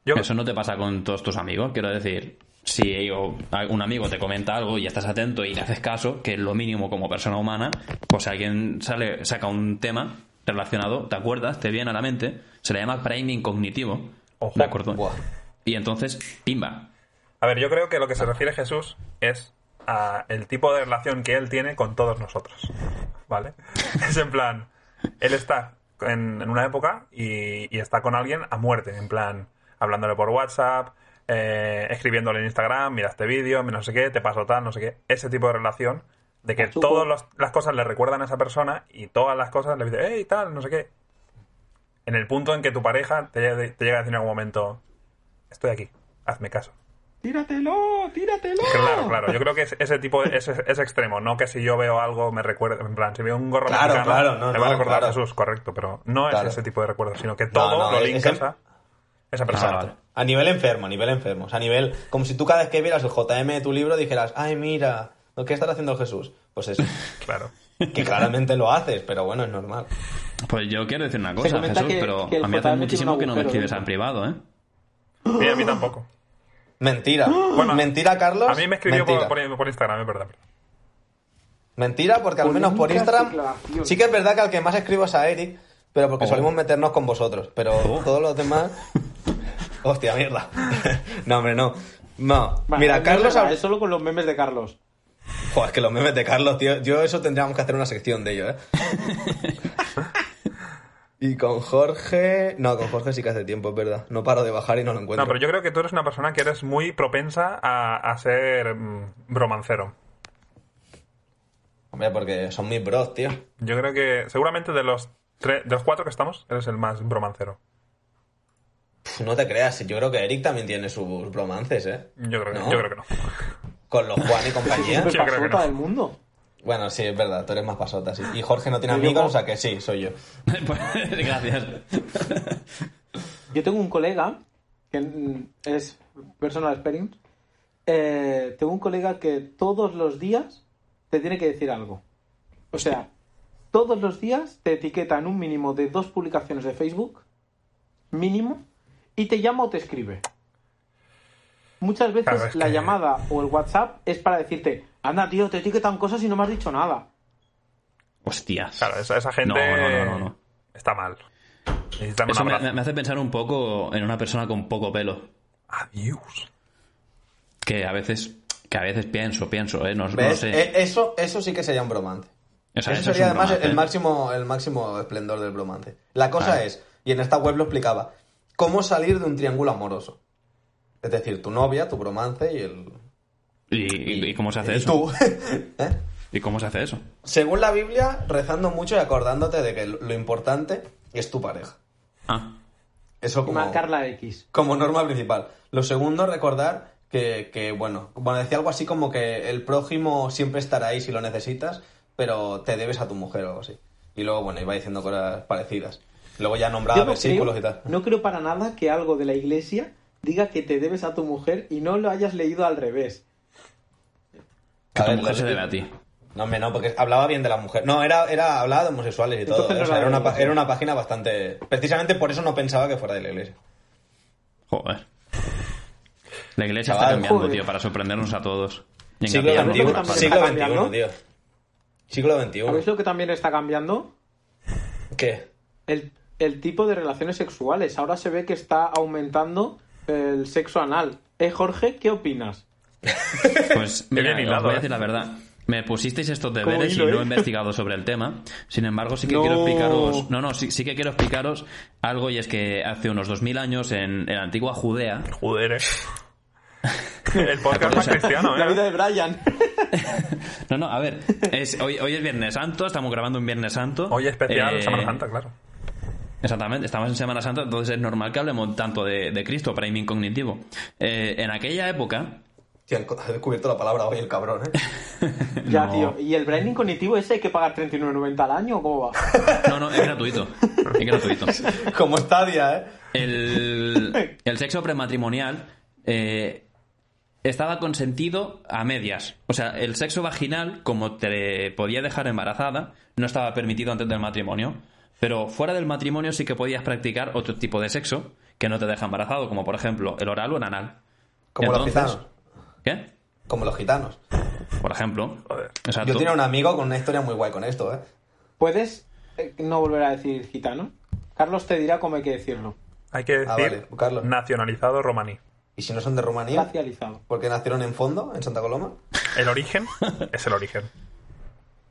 Speaker 4: Yo,
Speaker 1: eso no te pasa con todos tus amigos. Quiero decir, si o- un amigo te comenta algo y estás atento y le haces caso, que es lo mínimo como persona humana, pues si alguien sale, saca un tema relacionado, ¿te acuerdas? Te viene a la mente. Se le llama priming cognitivo.
Speaker 4: Ojo.
Speaker 1: ¿De acuerdo?
Speaker 3: Buah.
Speaker 1: Y entonces, pimba.
Speaker 4: A ver, yo creo que lo que se refiere Jesús es a el tipo de relación que él tiene con todos nosotros. ¿Vale? Es en plan, él está en, en una época y, y está con alguien a muerte. En plan, hablándole por WhatsApp, eh, escribiéndole en Instagram, mira este vídeo, mira no sé qué, te paso tal, no sé qué. Ese tipo de relación de que
Speaker 2: Machuco.
Speaker 4: todas las cosas le recuerdan a esa persona y todas las cosas le dicen, hey, tal, no sé qué. En el punto en que tu pareja te, te llega a decir en algún momento, estoy aquí, hazme caso.
Speaker 2: ¡Tíratelo! ¡Tíratelo!
Speaker 4: Claro,
Speaker 3: ¡Oh!
Speaker 4: claro. Yo creo que es ese tipo de- es, es extremo, no que si yo veo algo me recuerde. En plan, si veo un gorro
Speaker 3: Claro,
Speaker 4: mexicano,
Speaker 3: claro, no,
Speaker 4: me va a
Speaker 3: no,
Speaker 4: recordar a
Speaker 3: claro.
Speaker 4: Jesús, correcto, pero no
Speaker 3: Claro.
Speaker 4: es ese tipo de recuerdo, sino que todo
Speaker 3: no,
Speaker 4: lo
Speaker 3: es-
Speaker 4: linkas
Speaker 3: es el-
Speaker 4: a esa persona.
Speaker 1: vale.
Speaker 3: A nivel enfermo, a nivel enfermo. O sea, a nivel. Como si tú cada vez que vieras el JM de tu libro dijeras, ay, mira, ¿no? ¿qué estará haciendo Jesús? Pues eso.
Speaker 4: Claro.
Speaker 3: que claramente lo haces, pero bueno, es normal.
Speaker 1: Pues yo quiero decir una cosa,
Speaker 2: comenta
Speaker 1: Jesús,
Speaker 2: que-
Speaker 1: pero
Speaker 2: que el
Speaker 1: a mí hace
Speaker 2: JM tiene
Speaker 1: muchísimo
Speaker 2: un
Speaker 1: que no me
Speaker 2: agujero
Speaker 1: escribes en
Speaker 2: dentro.
Speaker 1: privado, ¿eh?
Speaker 4: Y a mí tampoco.
Speaker 3: Mentira.
Speaker 4: Bueno,
Speaker 3: mentira, Carlos.
Speaker 4: A mí me escribió por,
Speaker 3: mentira.
Speaker 4: por- por Instagram, es verdad.
Speaker 3: Mentira, porque al menos por
Speaker 2: Polémicas
Speaker 3: Instagram.
Speaker 2: declaraciones.
Speaker 3: Sí que es verdad que al que más escribo es a Eric, pero porque
Speaker 1: Oh.
Speaker 3: solemos meternos con vosotros. Pero
Speaker 4: Oh.
Speaker 3: todos los demás. Hostia, mierda. no, hombre, no. No.
Speaker 2: Vale, pues
Speaker 3: Mira,
Speaker 2: no
Speaker 3: Carlos.
Speaker 2: es verdad,
Speaker 3: hab-
Speaker 2: es solo con los memes de Carlos.
Speaker 3: Joder, es que los memes de Carlos, tío. Yo eso tendríamos que hacer una sección de ello, ¿eh? y con Jorge. No, con Jorge sí que hace tiempo, es verdad. No paro de bajar y no lo encuentro.
Speaker 4: No, pero yo creo que tú eres una persona que eres muy propensa a, a ser mm, bromancero.
Speaker 3: Hombre, porque son mis bros, tío.
Speaker 4: Yo creo que seguramente de los, tres, de los cuatro que estamos, eres el más bromancero.
Speaker 3: Pff, no te creas, yo creo que Eric también tiene sus romances, ¿eh?
Speaker 4: Yo creo, que-
Speaker 3: ¿No?
Speaker 4: yo creo que no.
Speaker 3: Con los Juan y
Speaker 2: Sí,
Speaker 3: compañía.
Speaker 2: siempre
Speaker 4: Yo creo
Speaker 2: pasó
Speaker 4: que no.
Speaker 2: todo el mundo.
Speaker 3: Bueno, sí, es verdad, tú eres más pasota, sí. Y Jorge no tiene
Speaker 2: Yo digo-
Speaker 3: amigos, o sea que sí, soy yo.
Speaker 1: Pues, gracias.
Speaker 2: Yo tengo un colega que mm, es personal experience. eh, tengo un colega que todos los días te tiene que decir algo. O sea, todos los días te etiqueta en un mínimo de dos publicaciones de Facebook, mínimo, y te llama o te escribe. Muchas veces
Speaker 4: Claro, es
Speaker 2: la
Speaker 4: que-
Speaker 2: llamada o el WhatsApp es para decirte, anda tío, te etiquetan cosas y no me has dicho nada.
Speaker 1: Hostias.
Speaker 4: Claro, esa, esa gente
Speaker 1: No, no, no, no, no.
Speaker 4: está mal. Necesitan
Speaker 1: Eso
Speaker 4: un
Speaker 1: me,
Speaker 4: abrazo.
Speaker 1: me hace pensar un poco en una persona con poco pelo.
Speaker 4: Adiós.
Speaker 1: Que a veces, que a veces pienso, pienso, ¿eh? No, no
Speaker 3: ¿Ves?
Speaker 1: sé.
Speaker 3: Eh, eso, eso sí que sería un bromante.
Speaker 1: O sea,
Speaker 3: eso
Speaker 1: eso es
Speaker 3: sería
Speaker 1: un ¿eh?
Speaker 3: además
Speaker 1: romance.
Speaker 3: el máximo, el máximo esplendor del bromante. La cosa
Speaker 1: Claro.
Speaker 3: es, y en esta web lo explicaba, cómo salir de un triángulo amoroso. Es decir, tu novia, tu bromance y el.
Speaker 1: ¿Y, y- y cómo se hace
Speaker 3: y
Speaker 1: eso?
Speaker 3: tú. ¿Eh?
Speaker 1: ¿Y cómo se hace eso?
Speaker 3: Según la Biblia, rezando mucho y acordándote de que lo lo importante es tu pareja.
Speaker 1: Ah,
Speaker 3: Eso como.
Speaker 2: Marcar la X.
Speaker 3: como norma principal. Lo segundo, recordar que, que, bueno, bueno, decía algo así como que el prójimo siempre estará ahí si lo necesitas, pero te debes a tu mujer o algo así. Y luego, bueno, iba diciendo cosas parecidas. Luego ya nombraba
Speaker 2: Yo no
Speaker 3: versículos
Speaker 2: creo-
Speaker 3: y tal.
Speaker 2: No creo para nada que algo de la iglesia diga que te debes a tu mujer y no lo hayas leído al revés.
Speaker 1: que
Speaker 3: A
Speaker 1: tu
Speaker 3: ver,
Speaker 1: mujer
Speaker 3: pues, lo-
Speaker 1: se debe a ti.
Speaker 3: No, hombre, no, porque hablaba bien de la mujer. No, era, era hablaba de homosexuales y todo.
Speaker 2: Entonces
Speaker 3: ¿eh?
Speaker 2: no
Speaker 3: O sea,
Speaker 2: era
Speaker 3: era,
Speaker 2: de
Speaker 3: una, pa-
Speaker 2: iglesia.
Speaker 3: era una página bastante... Precisamente por eso no pensaba que fuera de la iglesia.
Speaker 1: Joder. La iglesia está
Speaker 3: Chaval,
Speaker 1: cambiando,
Speaker 2: joder.
Speaker 1: tío, para sorprendernos a todos. Pues, Y en
Speaker 3: Siglo
Speaker 1: cambiando por
Speaker 2: también
Speaker 3: XXI,
Speaker 1: todas
Speaker 3: siglo
Speaker 2: está
Speaker 3: XXI,
Speaker 2: cambiando.
Speaker 3: tío. Siglo XXI.
Speaker 2: ¿Sabéis lo que también está cambiando?
Speaker 3: ¿Qué?
Speaker 2: El, el tipo de relaciones sexuales. Ahora se ve que está aumentando el sexo anal. Eh, Jorge, ¿qué opinas?
Speaker 1: partes. Pues mira, os
Speaker 4: bien hilado,
Speaker 1: voy a
Speaker 4: eh.
Speaker 1: decir la verdad. Me pusisteis estos
Speaker 2: Como
Speaker 1: deberes y
Speaker 2: hilo,
Speaker 1: no
Speaker 2: ¿eh?
Speaker 1: he investigado sobre el tema. Sin embargo, sí que
Speaker 2: No.
Speaker 1: quiero explicaros. No, no, sí, sí que quiero explicaros algo y es que hace unos 2000 años en, en la antigua Judea.
Speaker 4: Joder, eh. El podcast más cristiano,
Speaker 2: La vida
Speaker 4: ¿eh?
Speaker 2: de Brian.
Speaker 1: No, no, a ver. es- hoy, hoy es Viernes Santo, estamos grabando un Viernes Santo.
Speaker 4: Hoy especial
Speaker 1: Eh,
Speaker 4: Semana Santa, claro.
Speaker 1: Exactamente, estamos en Semana Santa, entonces es normal que hablemos tanto de, de Cristo, priming cognitivo. Eh, en aquella época,
Speaker 3: Tío, el co- ha descubierto la palabra hoy el cabrón, ¿eh?
Speaker 2: ya,
Speaker 1: No.
Speaker 2: tío. ¿Y el branding cognitivo ese hay que pagar 39.90 al año o cómo va?
Speaker 1: no, no, es gratuito. Es gratuito.
Speaker 3: Como Stadia, ¿eh?
Speaker 1: El, el sexo prematrimonial eh, estaba consentido a medias. O sea, el sexo vaginal, como te podía dejar embarazada, no estaba permitido antes del matrimonio. Pero fuera del matrimonio sí que podías practicar otro tipo de sexo que no te deja embarazado, como por ejemplo el oral o el anal.
Speaker 3: Como
Speaker 1: Entonces-
Speaker 3: los gitanos.
Speaker 1: ¿Qué?
Speaker 3: Como los gitanos.
Speaker 1: Por ejemplo.
Speaker 4: Joder.
Speaker 1: Exacto.
Speaker 3: Yo tenía un amigo con una historia muy guay con esto, ¿eh?
Speaker 2: ¿Puedes eh, no volver a decir gitano? Carlos te dirá cómo hay que decirlo.
Speaker 4: Hay que
Speaker 3: Ah,
Speaker 4: decir
Speaker 3: vale, buscarlo.
Speaker 4: nacionalizado romaní.
Speaker 3: Y si no son de Rumanía,
Speaker 2: Racializado.
Speaker 3: porque nacieron en fondo, en Santa Coloma.
Speaker 4: El origen es el origen.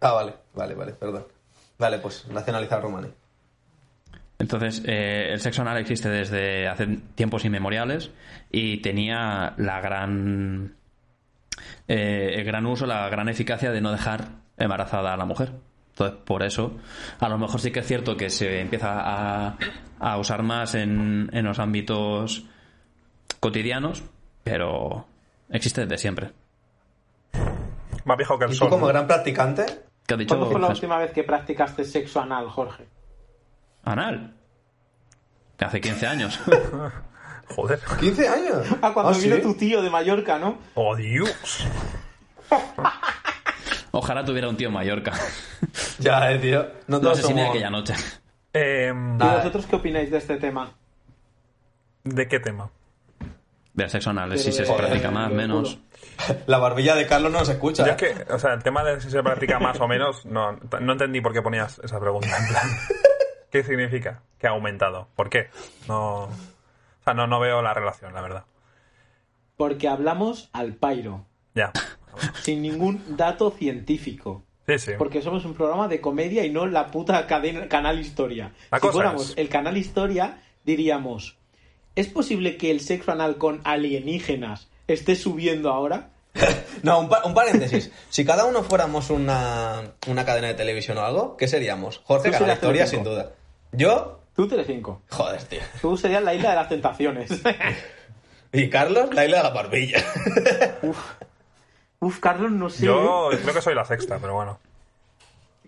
Speaker 3: Ah, vale, vale, vale, perdón. Vale, pues nacionalizado rumaní.
Speaker 1: Entonces, eh, el sexo anal existe desde hace tiempos inmemoriales y tenía la gran. eh, el gran uso, la gran eficacia de no dejar embarazada a la mujer. Entonces, por eso, a lo mejor sí que es cierto que se empieza a, a usar más en, en los ámbitos cotidianos, pero existe desde siempre.
Speaker 4: Más viejo que el
Speaker 3: Y tú
Speaker 4: sol.
Speaker 3: como
Speaker 4: ¿no?
Speaker 3: gran practicante,
Speaker 1: ¿Qué has dicho?
Speaker 2: ¿Cuándo fue la
Speaker 1: Jesús?
Speaker 2: última vez que practicaste sexo anal, Jorge?
Speaker 1: Anal. Hace 15 años.
Speaker 4: Joder.
Speaker 3: 15 años.
Speaker 2: Ah, cuando
Speaker 3: ¿sí?
Speaker 2: vino tu tío de Mallorca, ¿no?
Speaker 4: Oh, Dios.
Speaker 1: Ojalá tuviera un tío en Mallorca.
Speaker 3: Ya, eh, tío. No
Speaker 1: Lo
Speaker 3: todos
Speaker 1: asesiné
Speaker 3: somos...
Speaker 1: aquella noche.
Speaker 4: Em,
Speaker 2: ¿Y
Speaker 3: Ah,
Speaker 2: vosotros qué opináis de este tema?
Speaker 4: ¿De qué tema?
Speaker 1: Del sexo anal,
Speaker 2: Pero
Speaker 1: si se
Speaker 2: de-
Speaker 1: practica más,
Speaker 2: del
Speaker 1: menos.
Speaker 2: culo.
Speaker 3: La barbilla de Carlos no nos escucha.
Speaker 4: Yo
Speaker 3: ¿eh?
Speaker 4: es que, o sea, el tema de si se practica más o menos, no, no entendí por qué ponías esa pregunta. En plan, ¿qué significa? ¿Que ha aumentado? ¿Por qué? No, o sea, no, no veo la relación, la verdad.
Speaker 2: Porque hablamos al pairo,
Speaker 4: Ya.
Speaker 2: sin ningún dato científico.
Speaker 4: Sí, sí.
Speaker 2: Porque somos un programa de comedia y no la puta cadena, canal historia.
Speaker 4: La
Speaker 2: si
Speaker 4: cosa
Speaker 2: fuéramos
Speaker 4: es-
Speaker 2: el canal historia, diríamos: ¿es posible que el sexo anal con alienígenas esté subiendo ahora?
Speaker 3: No, un, pa- un paréntesis. si cada uno fuéramos una, una cadena de televisión o algo, ¿qué seríamos? Jorge
Speaker 2: Tú serías
Speaker 3: Canal Historia, sin
Speaker 2: Telecinco.
Speaker 3: duda. Yo,
Speaker 2: Tú, Telecinco.
Speaker 3: joder, tío.
Speaker 2: Tú serías la isla de las tentaciones.
Speaker 3: Y Carlos, la isla de la barbilla.
Speaker 2: Uf, Carlos, no sé. ¿eh?
Speaker 4: Yo creo que soy la sexta, pero bueno.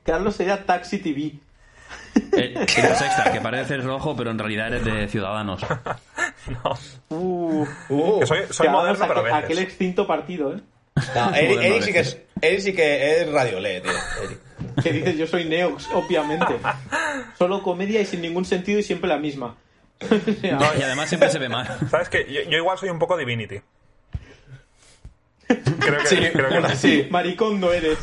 Speaker 2: Carlos sería Taxi TV.
Speaker 1: Eh, y la sexta, que parece rojo, pero en realidad eres de Ciudadanos.
Speaker 2: Uh,
Speaker 3: Uh.
Speaker 4: Que soy soy
Speaker 2: que vamos
Speaker 4: moderno,
Speaker 2: a
Speaker 4: pero a
Speaker 2: aquel,
Speaker 4: veces.
Speaker 2: aquel extinto partido, ¿eh?
Speaker 3: No, Eric,
Speaker 1: Moderno
Speaker 3: Eric sí que es, Eric sí que es radiolé, tío. Eric.
Speaker 2: Que dices, yo soy Neox, obviamente. Solo comedia y sin ningún sentido y siempre la misma. O sea,
Speaker 1: No, y además siempre se ve mal.
Speaker 4: ¿Sabes qué? Yo, yo igual soy un poco divinity. Creo que, creo que sí.
Speaker 2: sí, maricón no eres.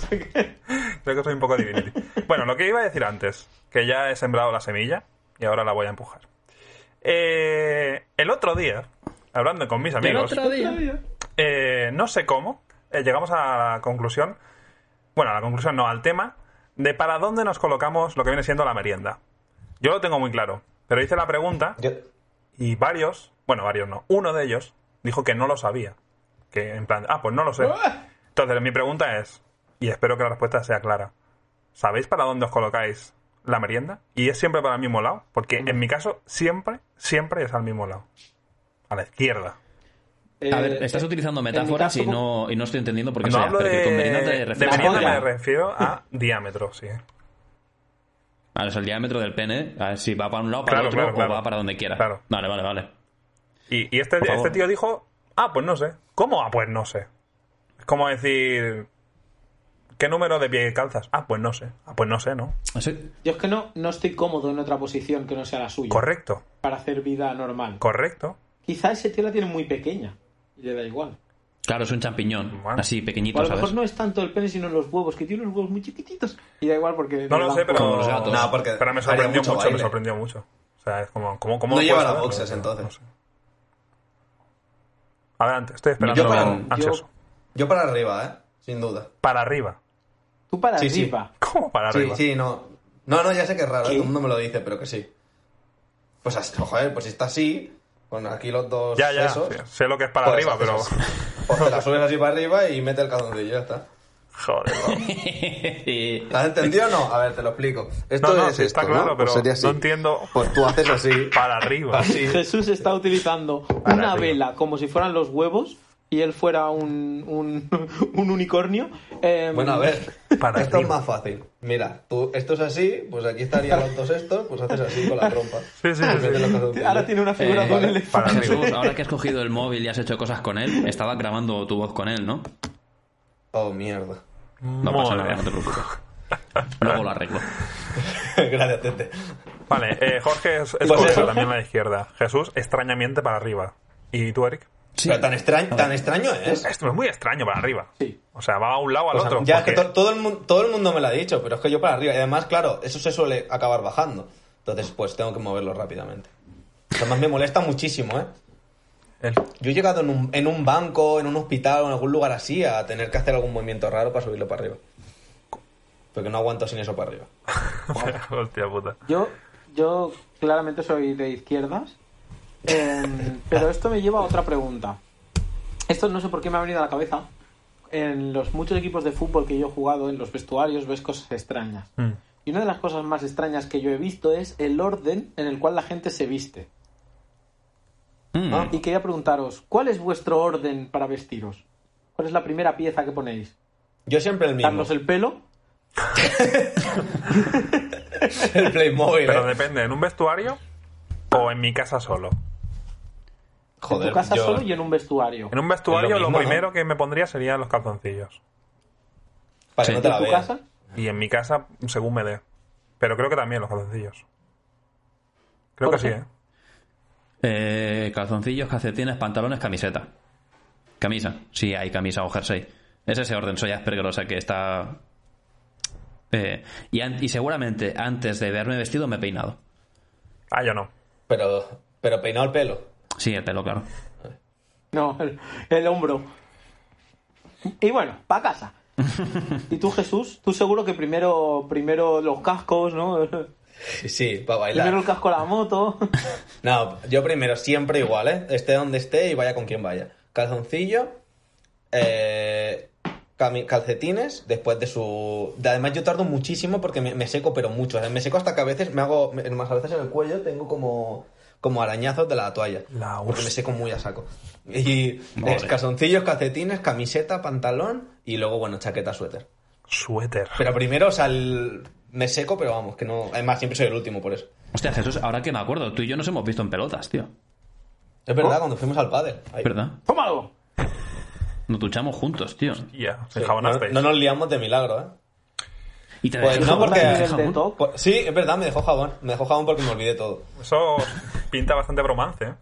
Speaker 4: Creo que soy un poco divinity. Bueno, lo que iba a decir antes, que ya he sembrado la semilla y ahora la voy a empujar. Eh, el otro día, hablando con mis amigos, eh, no sé cómo, eh, llegamos a la conclusión, bueno, a la conclusión no, al tema de para dónde nos colocamos lo que viene siendo la merienda. Yo lo tengo muy claro, pero hice la pregunta
Speaker 3: Yo-
Speaker 4: y varios, bueno, varios no, uno de ellos dijo que no lo sabía. Que en plan, ah, pues no lo sé. Entonces, mi pregunta es, y espero que la respuesta sea clara: ¿sabéis para dónde os colocáis la merienda? Y es siempre para el mismo lado, porque en mi caso, siempre, siempre es al mismo lado. A la izquierda.
Speaker 2: Eh,
Speaker 1: A ver, estás utilizando
Speaker 2: mi
Speaker 1: metáforas
Speaker 2: caso,
Speaker 1: y no, y no estoy entendiendo por qué
Speaker 4: No
Speaker 1: sea,
Speaker 4: hablo
Speaker 1: pero
Speaker 4: de,
Speaker 1: que con merienda te
Speaker 4: de
Speaker 1: refieres a
Speaker 4: merienda,
Speaker 1: la
Speaker 4: me
Speaker 1: polla.
Speaker 4: refiero a diámetro, sí.
Speaker 1: A ver, es el diámetro del pene, a ver si va para un lado, para el
Speaker 4: Claro,
Speaker 1: otro
Speaker 4: claro, claro.
Speaker 1: o va para donde quiera.
Speaker 4: Claro.
Speaker 1: Vale, vale, vale.
Speaker 4: Y, y este,
Speaker 1: Por favor.
Speaker 4: este tío dijo, ah, pues no sé. ¿Cómo? Ah, pues no sé. Es como decir, ¿qué número de pie calzas? Ah, pues no sé. Ah, pues no sé, ¿no?
Speaker 1: Sí.
Speaker 2: Yo es que no, no estoy cómodo en otra posición que no sea la suya
Speaker 4: Correcto,
Speaker 2: para hacer vida normal.
Speaker 4: correcto.
Speaker 2: Quizá ese tío la tiene muy pequeña y le da igual.
Speaker 1: Claro, es un champiñón,
Speaker 4: Bueno.
Speaker 1: así
Speaker 2: O a
Speaker 1: pequeñito,
Speaker 2: lo mejor
Speaker 1: ¿sabes?
Speaker 2: no es tanto el pene sino los huevos, que tiene unos huevos muy chiquititos y da igual porque...
Speaker 4: No
Speaker 2: le
Speaker 4: lo
Speaker 2: dan
Speaker 4: sé,
Speaker 2: por-
Speaker 4: pero,
Speaker 1: los gatos.
Speaker 3: No, porque
Speaker 4: pero me
Speaker 3: haría
Speaker 4: sorprendió
Speaker 3: mucho
Speaker 4: mucho, me
Speaker 3: baile.
Speaker 4: sorprendió mucho. O sea, es como... como, como
Speaker 3: No lleva
Speaker 4: puedes
Speaker 3: las
Speaker 4: saberlo?
Speaker 3: boxes, entonces.
Speaker 4: sé. Adelante, estoy esperando
Speaker 3: Yo para-
Speaker 4: ansioso.
Speaker 3: Yo para arriba, ¿eh? Sin duda.
Speaker 4: Para arriba.
Speaker 2: Tú para
Speaker 3: Sí, sí.
Speaker 2: arriba.
Speaker 4: ¿Cómo para
Speaker 3: Sí,
Speaker 4: arriba?
Speaker 3: sí, no. No, no, ya sé que es raro, ¿eh?
Speaker 2: ¿Qué?
Speaker 3: todo el mundo me lo dice, pero que sí. Pues así, joder, pues si está así, con aquí los dos
Speaker 4: Ya, ya.
Speaker 3: sesos,
Speaker 4: sí, Sé lo que es para
Speaker 3: puedes
Speaker 4: arriba,
Speaker 3: hacer
Speaker 4: pero.
Speaker 3: así. Pues te la subes así para arriba y mete el calzoncillo, ya está.
Speaker 4: Joder, vamos.
Speaker 1: Eh,
Speaker 3: ¿Has entendido o no? A ver, te lo explico. Esto
Speaker 4: No, no,
Speaker 3: es
Speaker 4: sí, está
Speaker 3: esto,
Speaker 4: claro,
Speaker 3: ¿no?
Speaker 4: pero
Speaker 3: Pues sería así.
Speaker 4: no entiendo.
Speaker 3: Pues tú haces así.
Speaker 4: Para arriba.
Speaker 3: Así.
Speaker 2: Jesús está utilizando
Speaker 4: Para
Speaker 2: una
Speaker 4: arriba.
Speaker 2: vela como si fueran los huevos y él fuera un, un, un unicornio. Em,
Speaker 3: Bueno, a ver.
Speaker 4: Para
Speaker 3: esto
Speaker 4: arriba.
Speaker 3: es más fácil. Mira, tú, esto es así, pues aquí estarían los dos estos, pues haces así con la trompa.
Speaker 4: Sí, sí, sí,
Speaker 3: Y metes
Speaker 4: sí.
Speaker 3: los calzoncillos.
Speaker 2: Ahora tiene una figura
Speaker 1: Eh,
Speaker 2: de un
Speaker 1: vale,
Speaker 2: elefante.
Speaker 4: Para arriba.
Speaker 1: Jesús, ahora que has cogido el móvil y has hecho cosas con él, estabas grabando tu voz con él, ¿no?
Speaker 3: Oh, mierda.
Speaker 1: No pasa
Speaker 4: Mola.
Speaker 1: nada, no te preocupes. Luego lo arreglo.
Speaker 3: Gracias, Tete.
Speaker 4: Vale, eh, Jorge es, es
Speaker 3: Pues
Speaker 4: correcto,
Speaker 3: eso.
Speaker 4: también a la izquierda. Jesús, extrañamente para arriba. ¿Y tú, Eric?
Speaker 3: Pero tan extraño, tan extraño es.
Speaker 4: Esto es muy extraño para arriba.
Speaker 2: Sí.
Speaker 4: O sea, va a un lado al
Speaker 3: Pues a-
Speaker 4: otro.
Speaker 3: ya, es que
Speaker 4: porque-
Speaker 3: to- todo, el mundo, todo el mundo me lo ha dicho, pero es que yo para arriba. Y además, claro, eso se suele acabar bajando. Entonces, pues tengo que moverlo rápidamente. Además, me molesta muchísimo, ¿eh?
Speaker 4: el-
Speaker 3: Yo he llegado en un, en un banco, en un hospital o en algún lugar así a tener que hacer algún movimiento raro para subirlo para arriba. Porque no aguanto sin eso para arriba.
Speaker 4: Hostia puta.
Speaker 2: Yo, yo claramente soy de izquierdas, em, pero esto me lleva a otra pregunta. Esto no sé por qué me ha venido a la cabeza. En los muchos equipos de fútbol que yo he jugado, en los vestuarios ves cosas extrañas.
Speaker 4: Mm.
Speaker 2: Y una de las cosas más extrañas que yo he visto es el orden en el cual la gente se viste.
Speaker 1: Mm.
Speaker 3: Ah.
Speaker 2: Y quería preguntaros, ¿cuál es vuestro orden para vestiros? ¿Cuál es la primera pieza que ponéis?
Speaker 3: Yo siempre el mismo.
Speaker 2: ¿Darnos el pelo?
Speaker 3: El Playmobil,
Speaker 4: Pero
Speaker 3: ¿eh?
Speaker 4: depende, ¿en un vestuario o en mi casa solo?
Speaker 3: Joder,
Speaker 2: en tu casa
Speaker 3: yo-
Speaker 2: solo y en un vestuario.
Speaker 4: En un vestuario
Speaker 3: Es lo
Speaker 4: lo,
Speaker 3: mismo,
Speaker 4: primero
Speaker 3: ¿no?
Speaker 4: que me pondría serían los calzoncillos.
Speaker 3: Para
Speaker 1: Sí.
Speaker 3: que no te
Speaker 2: ¿En
Speaker 3: la
Speaker 2: tu
Speaker 3: vean.
Speaker 2: casa?
Speaker 4: Y en mi casa, según me dé. Pero creo que también los calzoncillos. Creo que
Speaker 2: ¿Por
Speaker 4: sí,
Speaker 2: qué?
Speaker 4: ¿eh?
Speaker 1: Eh, calzoncillos, calcetines, pantalones, camiseta. Camisa, sí hay camisa o jersey. Es ese orden, soy Asperger, o sea que está... Eh, y, an- y seguramente antes de verme vestido me he peinado.
Speaker 4: Ah, yo no.
Speaker 3: Pero, pero peinado el pelo.
Speaker 1: Sí, el pelo, claro.
Speaker 2: No, el, el hombro. Y bueno, para casa. ¿Y tú, Jesús? Tú seguro que primero, primero los cascos, ¿no?
Speaker 3: Sí, sí, para bailar.
Speaker 2: Primero el casco a la moto.
Speaker 3: No, yo primero, siempre igual, ¿eh? Esté donde esté y vaya con quien vaya. Calzoncillo, eh, cami- calcetines, después de su... de- Además yo tardo muchísimo porque me, me seco, pero mucho. O sea, me seco hasta que a veces me hago... me- Más a veces en el cuello tengo como, como arañazos de la toalla.
Speaker 4: La
Speaker 3: porque me
Speaker 4: hostia.
Speaker 3: seco muy a saco. Y
Speaker 1: Madre.
Speaker 3: es calzoncillos, calcetines, camiseta, pantalón y luego, bueno, chaqueta, suéter.
Speaker 4: Suéter.
Speaker 3: Pero primero, o sea, el- me seco, pero vamos, que no... Además siempre soy el último por eso.
Speaker 1: Hostia, Jesús, ahora que me acuerdo, tú y yo nos hemos visto en pelotas, tío.
Speaker 3: Es verdad,
Speaker 4: Oh.
Speaker 3: cuando fuimos al pádel. ahí.
Speaker 1: ¿Verdad?
Speaker 2: ¡Tómalo!
Speaker 1: Nos duchamos juntos, tío.
Speaker 4: Ya, se
Speaker 3: Sí,
Speaker 4: enjabonasteis.
Speaker 3: No, no nos liamos de milagro, ¿eh?
Speaker 1: Y te
Speaker 3: Pues
Speaker 1: dejé
Speaker 3: no,
Speaker 1: jabón,
Speaker 3: porque-
Speaker 1: te dejé
Speaker 2: Nivel de
Speaker 1: jabón.
Speaker 2: top.
Speaker 3: Pues- sí, es verdad, me dejó jabón. Me dejó jabón porque me olvidé todo.
Speaker 4: Eso pinta bastante bromance, ¿eh?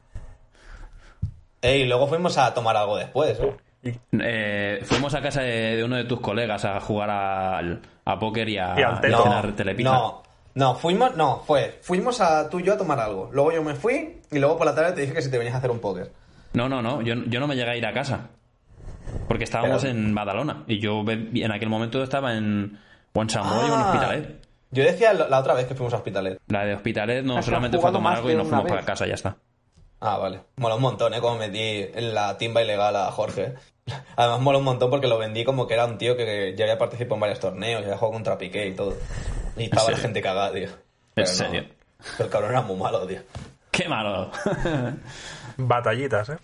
Speaker 3: Ey, y luego fuimos a tomar algo después, ¿eh?
Speaker 4: Y,
Speaker 1: Eh, fuimos a casa de, de uno de tus colegas a jugar al, a póker y a,
Speaker 4: Y al
Speaker 1: y
Speaker 4: teto.
Speaker 1: a
Speaker 3: No,
Speaker 1: cenar telepizza.
Speaker 3: no, no, fuimos, no, fue, fuimos a tú y yo a tomar algo. Luego yo me fui y luego por la tarde te dije que si te venías a hacer un póker.
Speaker 1: No, no, no, yo, yo no me llegué a ir a casa. Porque estábamos
Speaker 3: Pero-
Speaker 1: en Badalona. Y yo ve- en aquel momento estaba en Juan Samuel y en
Speaker 3: Ah,
Speaker 1: Hospitalet.
Speaker 3: Yo decía lo- la otra vez que fuimos a Hospitalet.
Speaker 1: La de Hospitalet no,
Speaker 2: Has
Speaker 1: solamente fue a
Speaker 2: jugado
Speaker 1: tomar
Speaker 2: más
Speaker 1: algo
Speaker 2: de
Speaker 1: y nos
Speaker 2: una
Speaker 1: fuimos
Speaker 2: vez.
Speaker 1: para casa, ya está.
Speaker 3: Ah, vale. Mola un montón, ¿eh? Como metí en la timba ilegal a Jorge. Además mola un montón porque lo vendí como que era un tío que ya había participado en varios torneos, ya había jugado contra Piqué y todo. Y estaba la
Speaker 1: serio?
Speaker 3: gente cagada, tío. Pero no,
Speaker 1: serio?
Speaker 3: Pero el cabrón era muy malo, tío.
Speaker 1: ¡Qué malo!
Speaker 4: batallitas, ¿eh?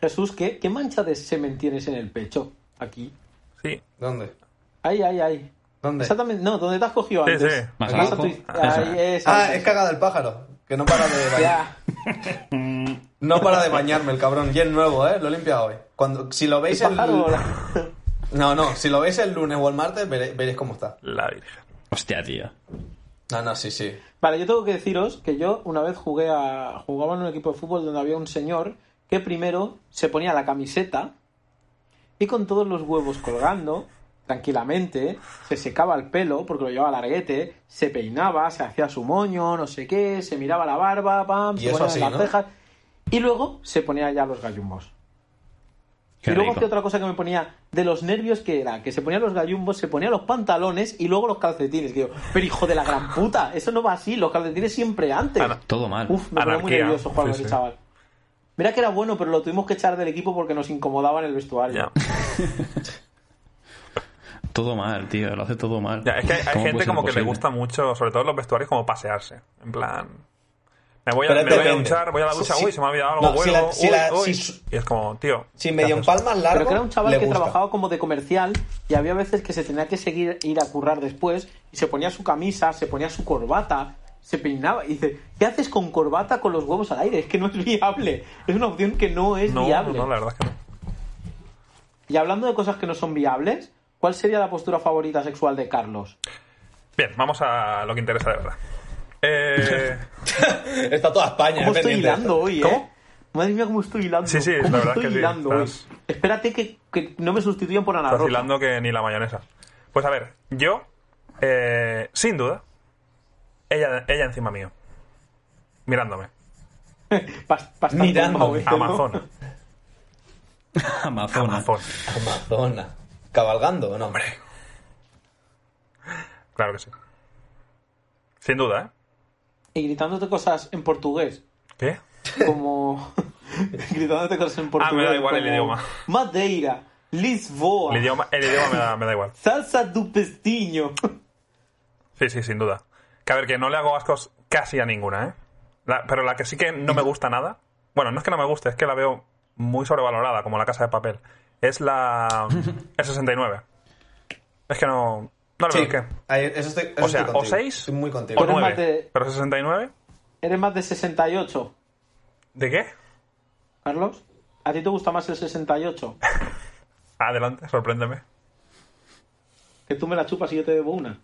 Speaker 2: Jesús, ¿qué, ¿qué mancha de semen tienes en el pecho? Aquí.
Speaker 4: Sí.
Speaker 3: ¿Dónde?
Speaker 2: Ay, ay, ay.
Speaker 3: ¿Dónde?
Speaker 2: Exactamente. No, ¿dónde te has cogido
Speaker 4: Sí,
Speaker 2: antes?
Speaker 4: sí.
Speaker 1: Más
Speaker 2: Aquí
Speaker 1: abajo.
Speaker 2: está tu-
Speaker 1: Eso.
Speaker 2: Ahí es,
Speaker 3: Ah,
Speaker 2: antes.
Speaker 3: es cagada el pájaro. Que no para de bañar.
Speaker 2: Ya.
Speaker 3: No para de bañarme el cabrón. Y es nuevo, ¿eh? Lo he limpiado hoy. Cuando, si lo
Speaker 2: ¿El
Speaker 3: veis el...
Speaker 2: pájaro o la-
Speaker 3: No, no. Si lo veis el lunes o el martes, vere- veréis, cómo está.
Speaker 4: La virgen.
Speaker 1: Hostia, tío.
Speaker 3: No, no, sí, sí.
Speaker 2: Vale, yo tengo que deciros que yo una vez jugué a. jugaba en un equipo de fútbol donde había un señor que primero se ponía la camiseta y con todos los huevos colgando, tranquilamente, se secaba el pelo porque lo llevaba larguete, se peinaba, se hacía su moño, no sé qué, se miraba la barba, pam,
Speaker 3: Y
Speaker 2: se
Speaker 3: eso
Speaker 2: ponía
Speaker 3: así,
Speaker 2: las
Speaker 3: ¿no?
Speaker 2: cejas y luego se ponía ya los gallumbos.
Speaker 1: Qué
Speaker 2: y luego
Speaker 1: rico.
Speaker 2: hacía otra cosa que me ponía de los nervios que era, que se ponía los gallumbos, se ponía los pantalones y luego los calcetines. Que yo, pero hijo de la gran puta, eso no va así, los calcetines siempre antes.
Speaker 4: Ana-
Speaker 1: Todo mal.
Speaker 2: Uf, me ponía muy
Speaker 4: Anarquía.
Speaker 2: nervioso Juan,
Speaker 4: Sí, sí.
Speaker 2: chaval. Mira que era bueno, pero lo tuvimos que echar del equipo porque nos incomodaba en el vestuario.
Speaker 4: Ya.
Speaker 1: Todo mal, tío. Lo hace todo mal.
Speaker 4: Ya, es que hay, hay
Speaker 1: ¿Cómo puede
Speaker 4: gente
Speaker 1: ser
Speaker 4: como que le
Speaker 1: posible?
Speaker 4: gusta mucho, sobre todo en los vestuarios, como pasearse. En plan. Me voy a,
Speaker 3: Pero
Speaker 4: me voy a
Speaker 3: depende.
Speaker 4: duchar, voy a la ducha,
Speaker 3: Si-
Speaker 4: uy, se me ha olvidado algo,
Speaker 3: no, si la-
Speaker 4: vuelvo,
Speaker 3: si
Speaker 4: uy,
Speaker 3: la-
Speaker 4: uy.
Speaker 3: si-
Speaker 4: Y es como, tío.
Speaker 3: Si
Speaker 4: ¿qué
Speaker 3: medio en
Speaker 4: haces?
Speaker 3: palmas largo.
Speaker 2: Pero que era un chaval
Speaker 3: le
Speaker 2: que
Speaker 3: gusta.
Speaker 2: trabajaba como de comercial y había veces que se tenía que seguir ir a currar después y se ponía su camisa, se ponía su corbata, se peinaba y dice, ¿qué haces con corbata con los huevos al aire? Es que no es viable, es una opción que no es
Speaker 4: No,
Speaker 2: viable.
Speaker 4: no, la verdad es que no.
Speaker 2: Y hablando de cosas que no son viables, ¿cuál sería la postura favorita sexual de Carlos?
Speaker 4: Eh, Bien, vamos a lo que interesa de verdad. Eh,
Speaker 3: Está toda España.
Speaker 2: ¿Cómo
Speaker 3: eh,
Speaker 2: estoy
Speaker 3: pendiente de
Speaker 2: hilando hoy, eh?
Speaker 4: ¿Cómo?
Speaker 2: Madre mía, cómo estoy hilando.
Speaker 4: Sí, sí, la
Speaker 2: ¿Cómo
Speaker 4: verdad
Speaker 2: estoy
Speaker 4: que sí,
Speaker 2: hilando hoy?
Speaker 4: estás-
Speaker 2: Espérate que, que no me sustituyan por Ana
Speaker 4: Estás
Speaker 2: Rosa.
Speaker 4: hilando que ni la mayonesa. Pues a ver, yo, eh, sin duda, ella, ella encima mío. Mirándome.
Speaker 2: Bas- bastante
Speaker 3: Mirando,
Speaker 2: mal, ¿no?
Speaker 4: Amazona.
Speaker 1: Amazonas.
Speaker 4: Amazona.
Speaker 3: esto. Amazonas. Cabalgando, no, hombre.
Speaker 4: Claro que sí. Sin duda, ¿eh?
Speaker 2: Y gritándote cosas en portugués.
Speaker 4: ¿Qué?
Speaker 2: como gritándote cosas en portugués.
Speaker 4: Ah, me da igual el
Speaker 2: como
Speaker 4: idioma.
Speaker 2: Madeira, Lisboa,
Speaker 4: El idioma, el idioma me, da, me da igual.
Speaker 2: salsa do pestiño.
Speaker 4: Sí, sí, sin duda. Que a ver, que no le hago ascos casi a ninguna, ¿eh? La- pero la que sí que no me gusta nada. Bueno, no es que no me guste, es que la veo muy sobrevalorada, como la casa de papel. Es la. El 69. Es que no. No le veo el qué.
Speaker 3: ahí- eso estoy, eso
Speaker 4: O sea,
Speaker 3: estoy
Speaker 4: o
Speaker 3: contigo.
Speaker 4: 6
Speaker 3: Estoy muy contigo.
Speaker 4: o
Speaker 2: Pero es más
Speaker 4: 9.
Speaker 2: de-
Speaker 4: Pero 69.
Speaker 2: Eres más de 68,
Speaker 4: ¿De qué?
Speaker 2: Carlos. ¿A ti te gusta más el 68?
Speaker 4: Adelante, sorpréndeme.
Speaker 2: Que tú me la chupas y yo te debo una.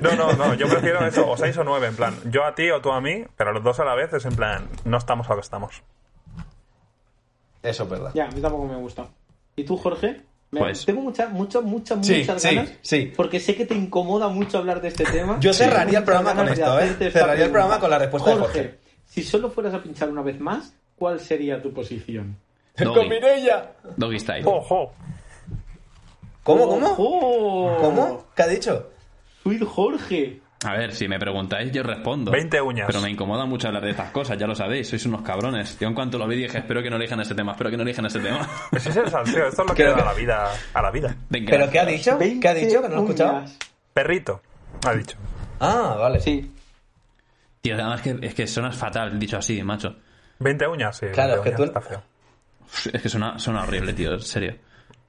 Speaker 4: No, no, no, yo prefiero eso, o 6 o 9, en plan, yo a ti o tú a mí, pero los dos a la vez es en plan, no estamos a lo que estamos.
Speaker 3: Eso es verdad.
Speaker 2: Ya, a mí tampoco me gusta. ¿Y tú, Jorge? Me-
Speaker 1: Pues-
Speaker 2: Tengo muchas, muchas, muchas,
Speaker 3: Sí,
Speaker 2: muchas
Speaker 3: sí,
Speaker 2: ganas.
Speaker 3: sí.
Speaker 2: Porque sé que te incomoda mucho hablar de este tema.
Speaker 3: Yo cerraría
Speaker 2: Tengo
Speaker 3: el programa
Speaker 2: muchas ganas
Speaker 3: con
Speaker 2: de
Speaker 3: esto, ¿eh?
Speaker 2: hacerte esta
Speaker 3: Cerraría el
Speaker 2: pregunta.
Speaker 3: programa con la respuesta de Jorge.
Speaker 2: Si solo fueras a pinchar una vez más, ¿cuál sería tu posición?
Speaker 3: ¡Con
Speaker 1: Doggy.
Speaker 3: Mireia!
Speaker 1: Doggy style.
Speaker 4: ¡Ojo!
Speaker 3: ¿Cómo,
Speaker 2: Uh,
Speaker 3: cómo?
Speaker 2: ¡Ojo!
Speaker 3: ¿Cómo? ¿Qué ha dicho?
Speaker 2: Oh, Sweet Jorge.
Speaker 1: A ver, si me preguntáis, yo respondo.
Speaker 4: 20 uñas.
Speaker 1: Pero me incomoda mucho hablar de estas cosas, ya lo sabéis, sois unos cabrones. Yo en cuanto lo vi dije, espero que no elijan este tema, espero que no elijan este tema.
Speaker 4: Ese es el salseo, esto es lo que
Speaker 3: Creo
Speaker 4: da
Speaker 3: que-
Speaker 4: a la vida, a la vida.
Speaker 1: Venga.
Speaker 3: ¿Pero qué ha dicho? ¿Qué
Speaker 2: 20
Speaker 3: ha dicho? ¿Que no lo he escuchado?
Speaker 2: uñas.
Speaker 4: Perrito, ha dicho.
Speaker 3: Ah, vale.
Speaker 2: Sí.
Speaker 1: Tío, además que, es que suena fatal dicho así, macho.
Speaker 4: 20 uñas, sí.
Speaker 3: Claro,
Speaker 4: 20
Speaker 3: es que tú-
Speaker 4: uñas, está feo.
Speaker 1: Es que suena, suena horrible, tío, en serio.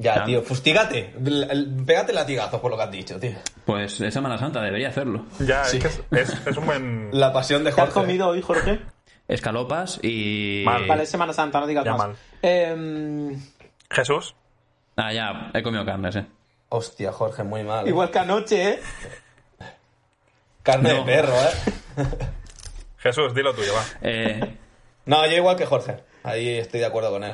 Speaker 3: Ya,
Speaker 1: Claro.
Speaker 3: tío, fustígate. L- l- Pégate latigazos por lo que has dicho, tío.
Speaker 1: Pues es Semana Santa, debería hacerlo.
Speaker 4: Ya,
Speaker 3: Sí.
Speaker 4: es, que es, es- es un buen...
Speaker 3: La pasión de
Speaker 2: ¿Qué has
Speaker 3: Jorge. Eh,
Speaker 2: comido hoy, Jorge?
Speaker 1: Escalopas y...
Speaker 4: Mal.
Speaker 2: Vale, es Semana Santa, no digas
Speaker 4: Ya
Speaker 2: más.
Speaker 4: mal.
Speaker 2: Eh,
Speaker 4: Jesús,
Speaker 1: Ah, ya, he comido carnes, eh.
Speaker 3: Hostia, Jorge, muy mal. ¿eh?
Speaker 2: igual que anoche, ¿eh?
Speaker 3: Carne
Speaker 1: No.
Speaker 3: de perro, ¿eh?
Speaker 4: Jesús, dilo tuyo, va.
Speaker 1: Eh,
Speaker 3: No, yo igual que Jorge. Ahí estoy de acuerdo con él.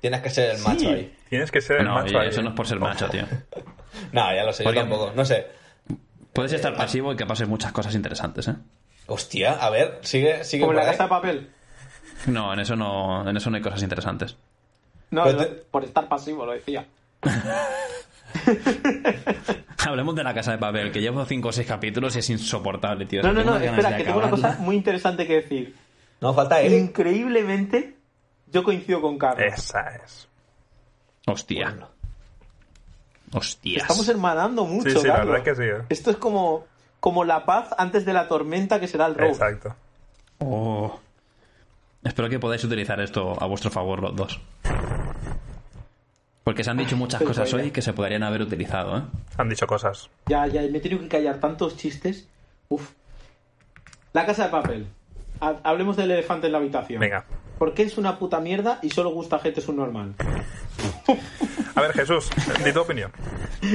Speaker 3: Tienes que ser el macho ahí.
Speaker 4: Tienes que ser el
Speaker 1: no,
Speaker 4: macho
Speaker 1: oye,
Speaker 4: ahí.
Speaker 1: eso no es por ser macho, tío.
Speaker 3: No, ya lo sé, yo
Speaker 1: Porque-
Speaker 3: tampoco. No sé.
Speaker 1: Puedes estar pasivo y que pasen muchas cosas interesantes, eh.
Speaker 3: Hostia, a ver, sigue, sigue
Speaker 2: Como en
Speaker 3: por
Speaker 2: la
Speaker 3: ahí.
Speaker 2: casa de papel.
Speaker 1: No, en eso no, en eso no hay cosas interesantes.
Speaker 2: No,
Speaker 3: Pero
Speaker 2: no,
Speaker 3: Pues te-
Speaker 2: por estar pasivo, lo decía.
Speaker 1: Hablemos de la casa de papel, que llevo 5 o 6 capítulos y es insoportable, tío.
Speaker 2: No, no, eh. no,
Speaker 1: unas ganas
Speaker 2: espera,
Speaker 1: de
Speaker 2: que tengo una
Speaker 1: acabarla.
Speaker 2: cosa muy interesante que decir.
Speaker 3: No, falta él.
Speaker 2: Increíblemente, yo coincido con Carlos.
Speaker 4: Esa Eh. es.
Speaker 1: Hostia, hostias.
Speaker 2: Estamos hermanando mucho,
Speaker 4: Sí, sí, la
Speaker 2: Carlos.
Speaker 4: verdad que sí. ¿eh?
Speaker 2: Esto es como, como la paz antes de la tormenta que será el road.
Speaker 4: Exacto.
Speaker 1: Oh. Espero que podáis utilizar esto a vuestro favor los dos. Porque se han dicho muchas
Speaker 3: Pues
Speaker 2: Pero
Speaker 1: cosas
Speaker 2: bueno.
Speaker 1: hoy que se podrían haber utilizado, ¿eh?
Speaker 4: Han dicho cosas.
Speaker 2: Ya, ya, me he tenido que callar tantos chistes. Uf. La casa de papel. Ha- Hablemos del elefante en la habitación.
Speaker 4: Venga.
Speaker 2: ¿Por qué es una puta mierda y solo gusta a gente subnormal?
Speaker 4: A ver, Jesús, di tu opinión.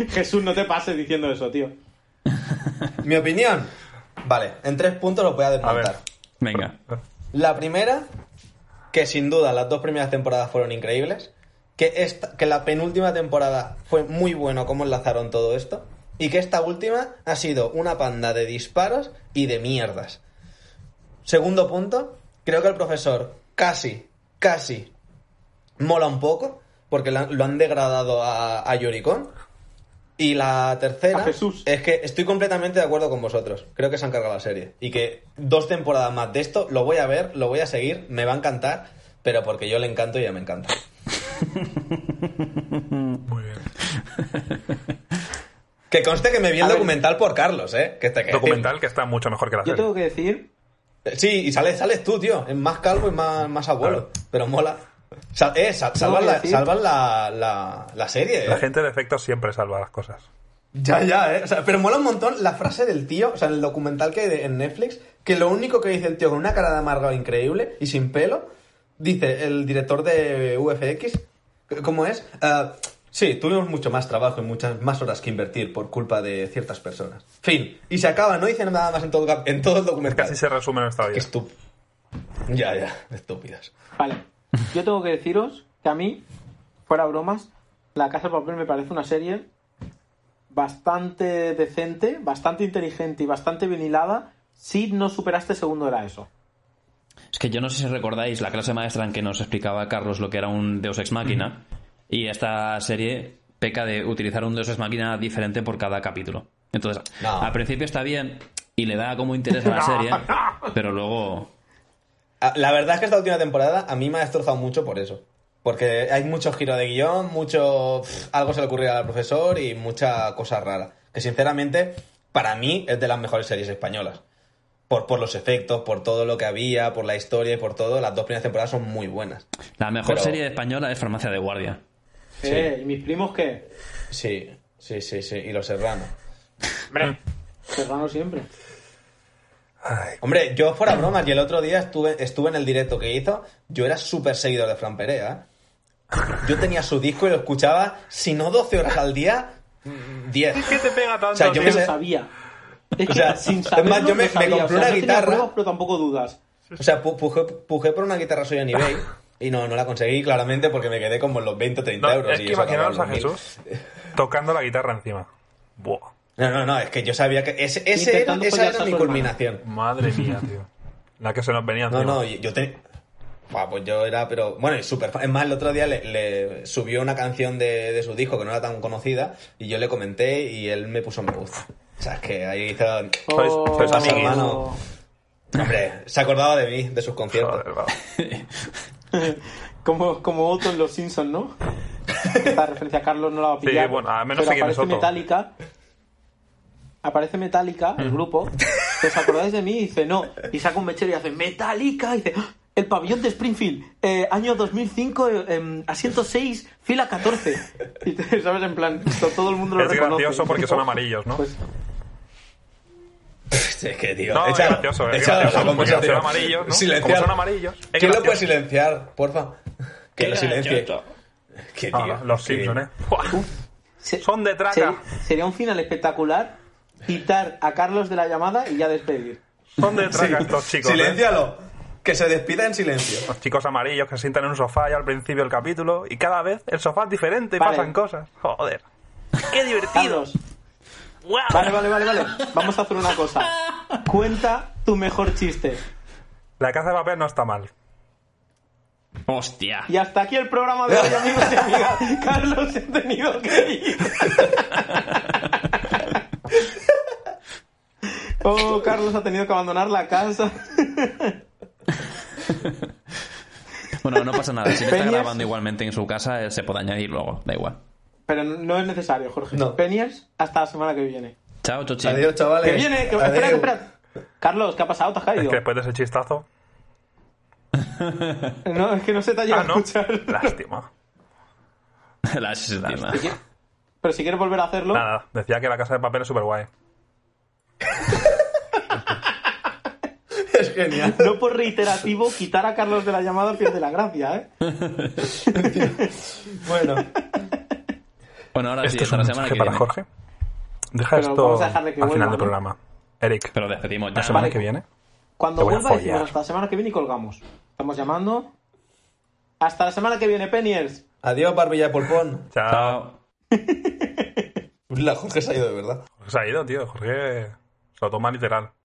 Speaker 2: Jesús, no te pases diciendo eso, tío.
Speaker 3: Mi opinión. Vale, en tres puntos los voy a
Speaker 4: A
Speaker 3: desmontar.
Speaker 4: ver.
Speaker 1: Venga.
Speaker 3: La primera, que sin duda las dos primeras temporadas fueron increíbles. Que, esta, que la penúltima temporada fue muy bueno cómo enlazaron todo esto. Y que esta última ha sido una panda de disparos y de mierdas. Segundo punto, creo que el profesor casi, casi mola un poco, porque la- lo han degradado a, a Yoricón. Y la tercera
Speaker 2: A Jesús.
Speaker 3: es que estoy completamente de acuerdo con vosotros. Creo que se han cargado la serie. Y que dos temporadas más de esto lo voy a ver, lo voy a seguir, me va a encantar, pero porque yo le encanto y ya me encanta.
Speaker 4: Muy bien.
Speaker 3: Que conste que me vi el
Speaker 2: A ver.
Speaker 3: documental por Carlos, ¿eh? Que te que-
Speaker 4: Documental que está mucho mejor que la
Speaker 2: Yo
Speaker 4: serie.
Speaker 2: tengo que decir
Speaker 3: Sí, y sales, sales tú, tío. Es más calvo y más, más abuelo. Pero mola. Sal- eh, sal-
Speaker 2: Tengo
Speaker 3: salvan
Speaker 2: que
Speaker 3: la,
Speaker 2: decir-
Speaker 3: salvan la, la, la serie, eh.
Speaker 4: La gente de efectos siempre salva las cosas.
Speaker 3: Ya, ya, eh. O sea, pero mola un montón la frase del tío, o sea, en el documental que hay de- en Netflix, que lo único que dice el tío con una cara de amargado increíble y sin pelo, dice el director de VFX, ¿cómo es? Ah, sí, tuvimos mucho más trabajo y muchas más horas que invertir por culpa de ciertas personas. Fin. Y se acaba, no dice nada más en todo, el cap- en todo el documental.
Speaker 4: Casi se resume en esta vida.
Speaker 3: Qué estúpido. Ya, ya, estúpidas.
Speaker 2: Vale. Yo tengo que deciros que a mí, fuera bromas, La Casa de Papel me parece una serie bastante decente, bastante inteligente y bastante bien hilada si no superaste segundo de la ESO.
Speaker 1: Es que yo no sé si recordáis la clase maestra en que nos explicaba Carlos lo que era un Deus Ex Máquina. Y esta serie peca de utilizar un Deus Ex Máquina diferente por cada capítulo. Entonces,
Speaker 3: No.
Speaker 1: al principio está bien y le da como interés a la serie, pero luego.
Speaker 3: Ah, La verdad es que esta última temporada a mí me ha destrozado mucho por eso. Porque hay mucho giro de guión, mucho. pff, algo se le ocurría al profesor y mucha cosa rara. Que sinceramente, para mí es de las mejores series españolas. Por, por los efectos, por todo lo que había, por la historia y por todo, las dos primeras temporadas son muy buenas.
Speaker 1: La mejor
Speaker 3: Pero-
Speaker 1: serie española es Farmacia de Guardia.
Speaker 3: Sí.
Speaker 2: Eh, ¿Y mis primos qué?
Speaker 3: Sí, sí, sí, sí. Y los serranos.
Speaker 2: Serrano siempre.
Speaker 4: Ay,
Speaker 3: Hombre, yo fuera bromas, y el otro día estuve, estuve en el directo que hizo, yo era súper seguidor de Fran Perea. Yo tenía su disco y lo escuchaba, si no 12 horas al día, 10.
Speaker 4: ¿Qué te pega tanto?
Speaker 3: O sea, yo
Speaker 4: tío?
Speaker 2: Yo
Speaker 3: sé-
Speaker 2: sabía. Es que
Speaker 3: O sea,
Speaker 2: sin
Speaker 3: es
Speaker 2: saberlo,
Speaker 3: más, yo me-
Speaker 2: lo
Speaker 3: me
Speaker 2: sabía.
Speaker 3: compré
Speaker 2: O sea,
Speaker 3: una
Speaker 2: no tenía
Speaker 3: guitarra.
Speaker 2: pruebas, pero tampoco dudas.
Speaker 3: O sea, pu- pujé, pujé por una guitarra suya en eBay y no, no la conseguí claramente porque me quedé como en los 20 o 30
Speaker 4: No,
Speaker 3: euros.
Speaker 4: es
Speaker 3: y
Speaker 4: que
Speaker 3: eso acababa
Speaker 4: imaginaros a
Speaker 3: en los mil.
Speaker 4: Jesús tocando la guitarra encima. Buah,
Speaker 3: No, no, no, es que yo sabía que ese, ese era-
Speaker 2: Intentando
Speaker 3: esa
Speaker 2: follarse
Speaker 3: era
Speaker 2: a
Speaker 3: mi
Speaker 2: su hermana.
Speaker 3: culminación.
Speaker 4: madre mía, tío. La que se nos venía
Speaker 3: No,
Speaker 4: encima.
Speaker 3: no, yo tenía... pues yo era, pero bueno, y súper fan. Es más, el otro día le, le subió una canción de, de su disco que no era tan conocida y yo le comenté y él me puso me gusta. O sea, es que ahí hizo...
Speaker 4: Sois- sois
Speaker 3: amiguis. hermano. Hombre, se acordaba de mí, de sus conciertos.
Speaker 4: Joder, va.
Speaker 2: Como, como Otto en Los Simpsons, ¿no? Esta referencia a Carlos no la va a
Speaker 4: Sí,
Speaker 2: pillar.
Speaker 4: bueno, al menos sé
Speaker 2: pero
Speaker 4: quién es
Speaker 2: aparece
Speaker 4: Otto.
Speaker 2: Metallica. Aparece Metallica,
Speaker 4: Mm.
Speaker 2: el grupo. ¿Os acordáis de mí? Y dice, no. Y saca un mechero y hace, ¡Metallica! Y dice, "¡Ah! el pabellón de Springfield, eh, año 2005, eh, em, asiento 6, fila 14. Y te- ¿sabes? En plan, esto todo el mundo lo
Speaker 4: Es
Speaker 2: reconoce.
Speaker 4: gracioso porque son amarillos, ¿no?
Speaker 2: Pues,
Speaker 3: Es que, tío,
Speaker 4: No, es
Speaker 3: échalo,
Speaker 4: gracioso, es
Speaker 3: échalo a la
Speaker 4: gracioso, porque
Speaker 3: conversación.
Speaker 4: son amarillos, ¿no?
Speaker 3: Silenciar.
Speaker 4: Como son amarillos, es
Speaker 3: ¿Quién lo
Speaker 4: gracioso.
Speaker 3: puede silenciar, porfa? Que lo silencie. Qué
Speaker 4: Ah,
Speaker 3: tío,
Speaker 4: los
Speaker 3: qué-
Speaker 4: Simpsons, ¿eh? Buah.
Speaker 2: se-
Speaker 4: Son de traca.
Speaker 2: Sería, sería un final espectacular quitar a Carlos de la llamada y ya despedir.
Speaker 4: Son de
Speaker 3: Sí.
Speaker 4: traca estos chicos. ¿eh?
Speaker 3: Siléncialo. Que se despida en silencio.
Speaker 4: Los chicos amarillos que se sientan en un sofá ya al principio del capítulo y cada vez el sofá es diferente y
Speaker 2: Vale.
Speaker 4: pasan cosas. Joder. ¡Qué divertido!
Speaker 2: Carlos,
Speaker 4: ¡Guau!
Speaker 2: Vale, vale, vale, vale. Vamos a hacer una cosa. Cuenta tu mejor chiste.
Speaker 4: La casa de papel no está mal.
Speaker 1: ¡Hostia!
Speaker 2: Y hasta aquí el programa de hoy, amigos y amigas. Carlos, he tenido que ir. Oh, Carlos ha tenido que abandonar la casa.
Speaker 1: Bueno, no pasa nada. Si lo está
Speaker 2: Peñas.
Speaker 1: grabando igualmente en su casa, eh, se puede añadir luego. Da igual.
Speaker 2: Pero no es necesario, Jorge.
Speaker 3: No.
Speaker 2: Peniers, hasta la semana que viene.
Speaker 1: Chao, Chochi.
Speaker 3: Adiós, chavales.
Speaker 2: Que viene, que
Speaker 3: Adiós.
Speaker 2: espera, que espera. Carlos, ¿qué ha pasado? ¿Te has
Speaker 4: Es
Speaker 2: caído?
Speaker 4: que después de ese chistazo.
Speaker 2: No, es que no se te ha llegado
Speaker 4: Ah, no.
Speaker 2: a escuchar.
Speaker 4: Lástima.
Speaker 1: Lástima.
Speaker 2: Pero si quieres volver a hacerlo,
Speaker 4: Nada, decía que la casa de papel es súper guay.
Speaker 3: Es genial.
Speaker 2: no por reiterativo, quitar a Carlos de la llamada pierde la gracia, ¿eh?
Speaker 3: Bueno.
Speaker 1: Bueno, ahora sí,
Speaker 4: Esto es
Speaker 1: hasta
Speaker 4: un
Speaker 1: la semana
Speaker 4: mensaje
Speaker 1: que
Speaker 4: para
Speaker 1: viene.
Speaker 4: Jorge. Deja
Speaker 2: Pero
Speaker 4: esto
Speaker 2: vamos a dejarle
Speaker 4: al
Speaker 2: que
Speaker 4: final
Speaker 2: vuelva,
Speaker 4: del
Speaker 2: ¿no?
Speaker 4: programa. Eric,
Speaker 1: Pero despedimos
Speaker 4: la
Speaker 1: ya.
Speaker 4: semana
Speaker 2: Vale.
Speaker 4: que viene.
Speaker 2: Cuando
Speaker 4: Te voy a
Speaker 2: vuelva
Speaker 4: follar.
Speaker 2: decimos hasta la semana que viene y colgamos. Estamos llamando. Hasta la semana que viene, Peniers.
Speaker 3: Adiós, Barbilla de Polpón. Pues
Speaker 4: Chao.
Speaker 1: Chao.
Speaker 3: La Jorge se ha ido de verdad.
Speaker 4: Se ha ido, tío. Jorge se lo toma literal.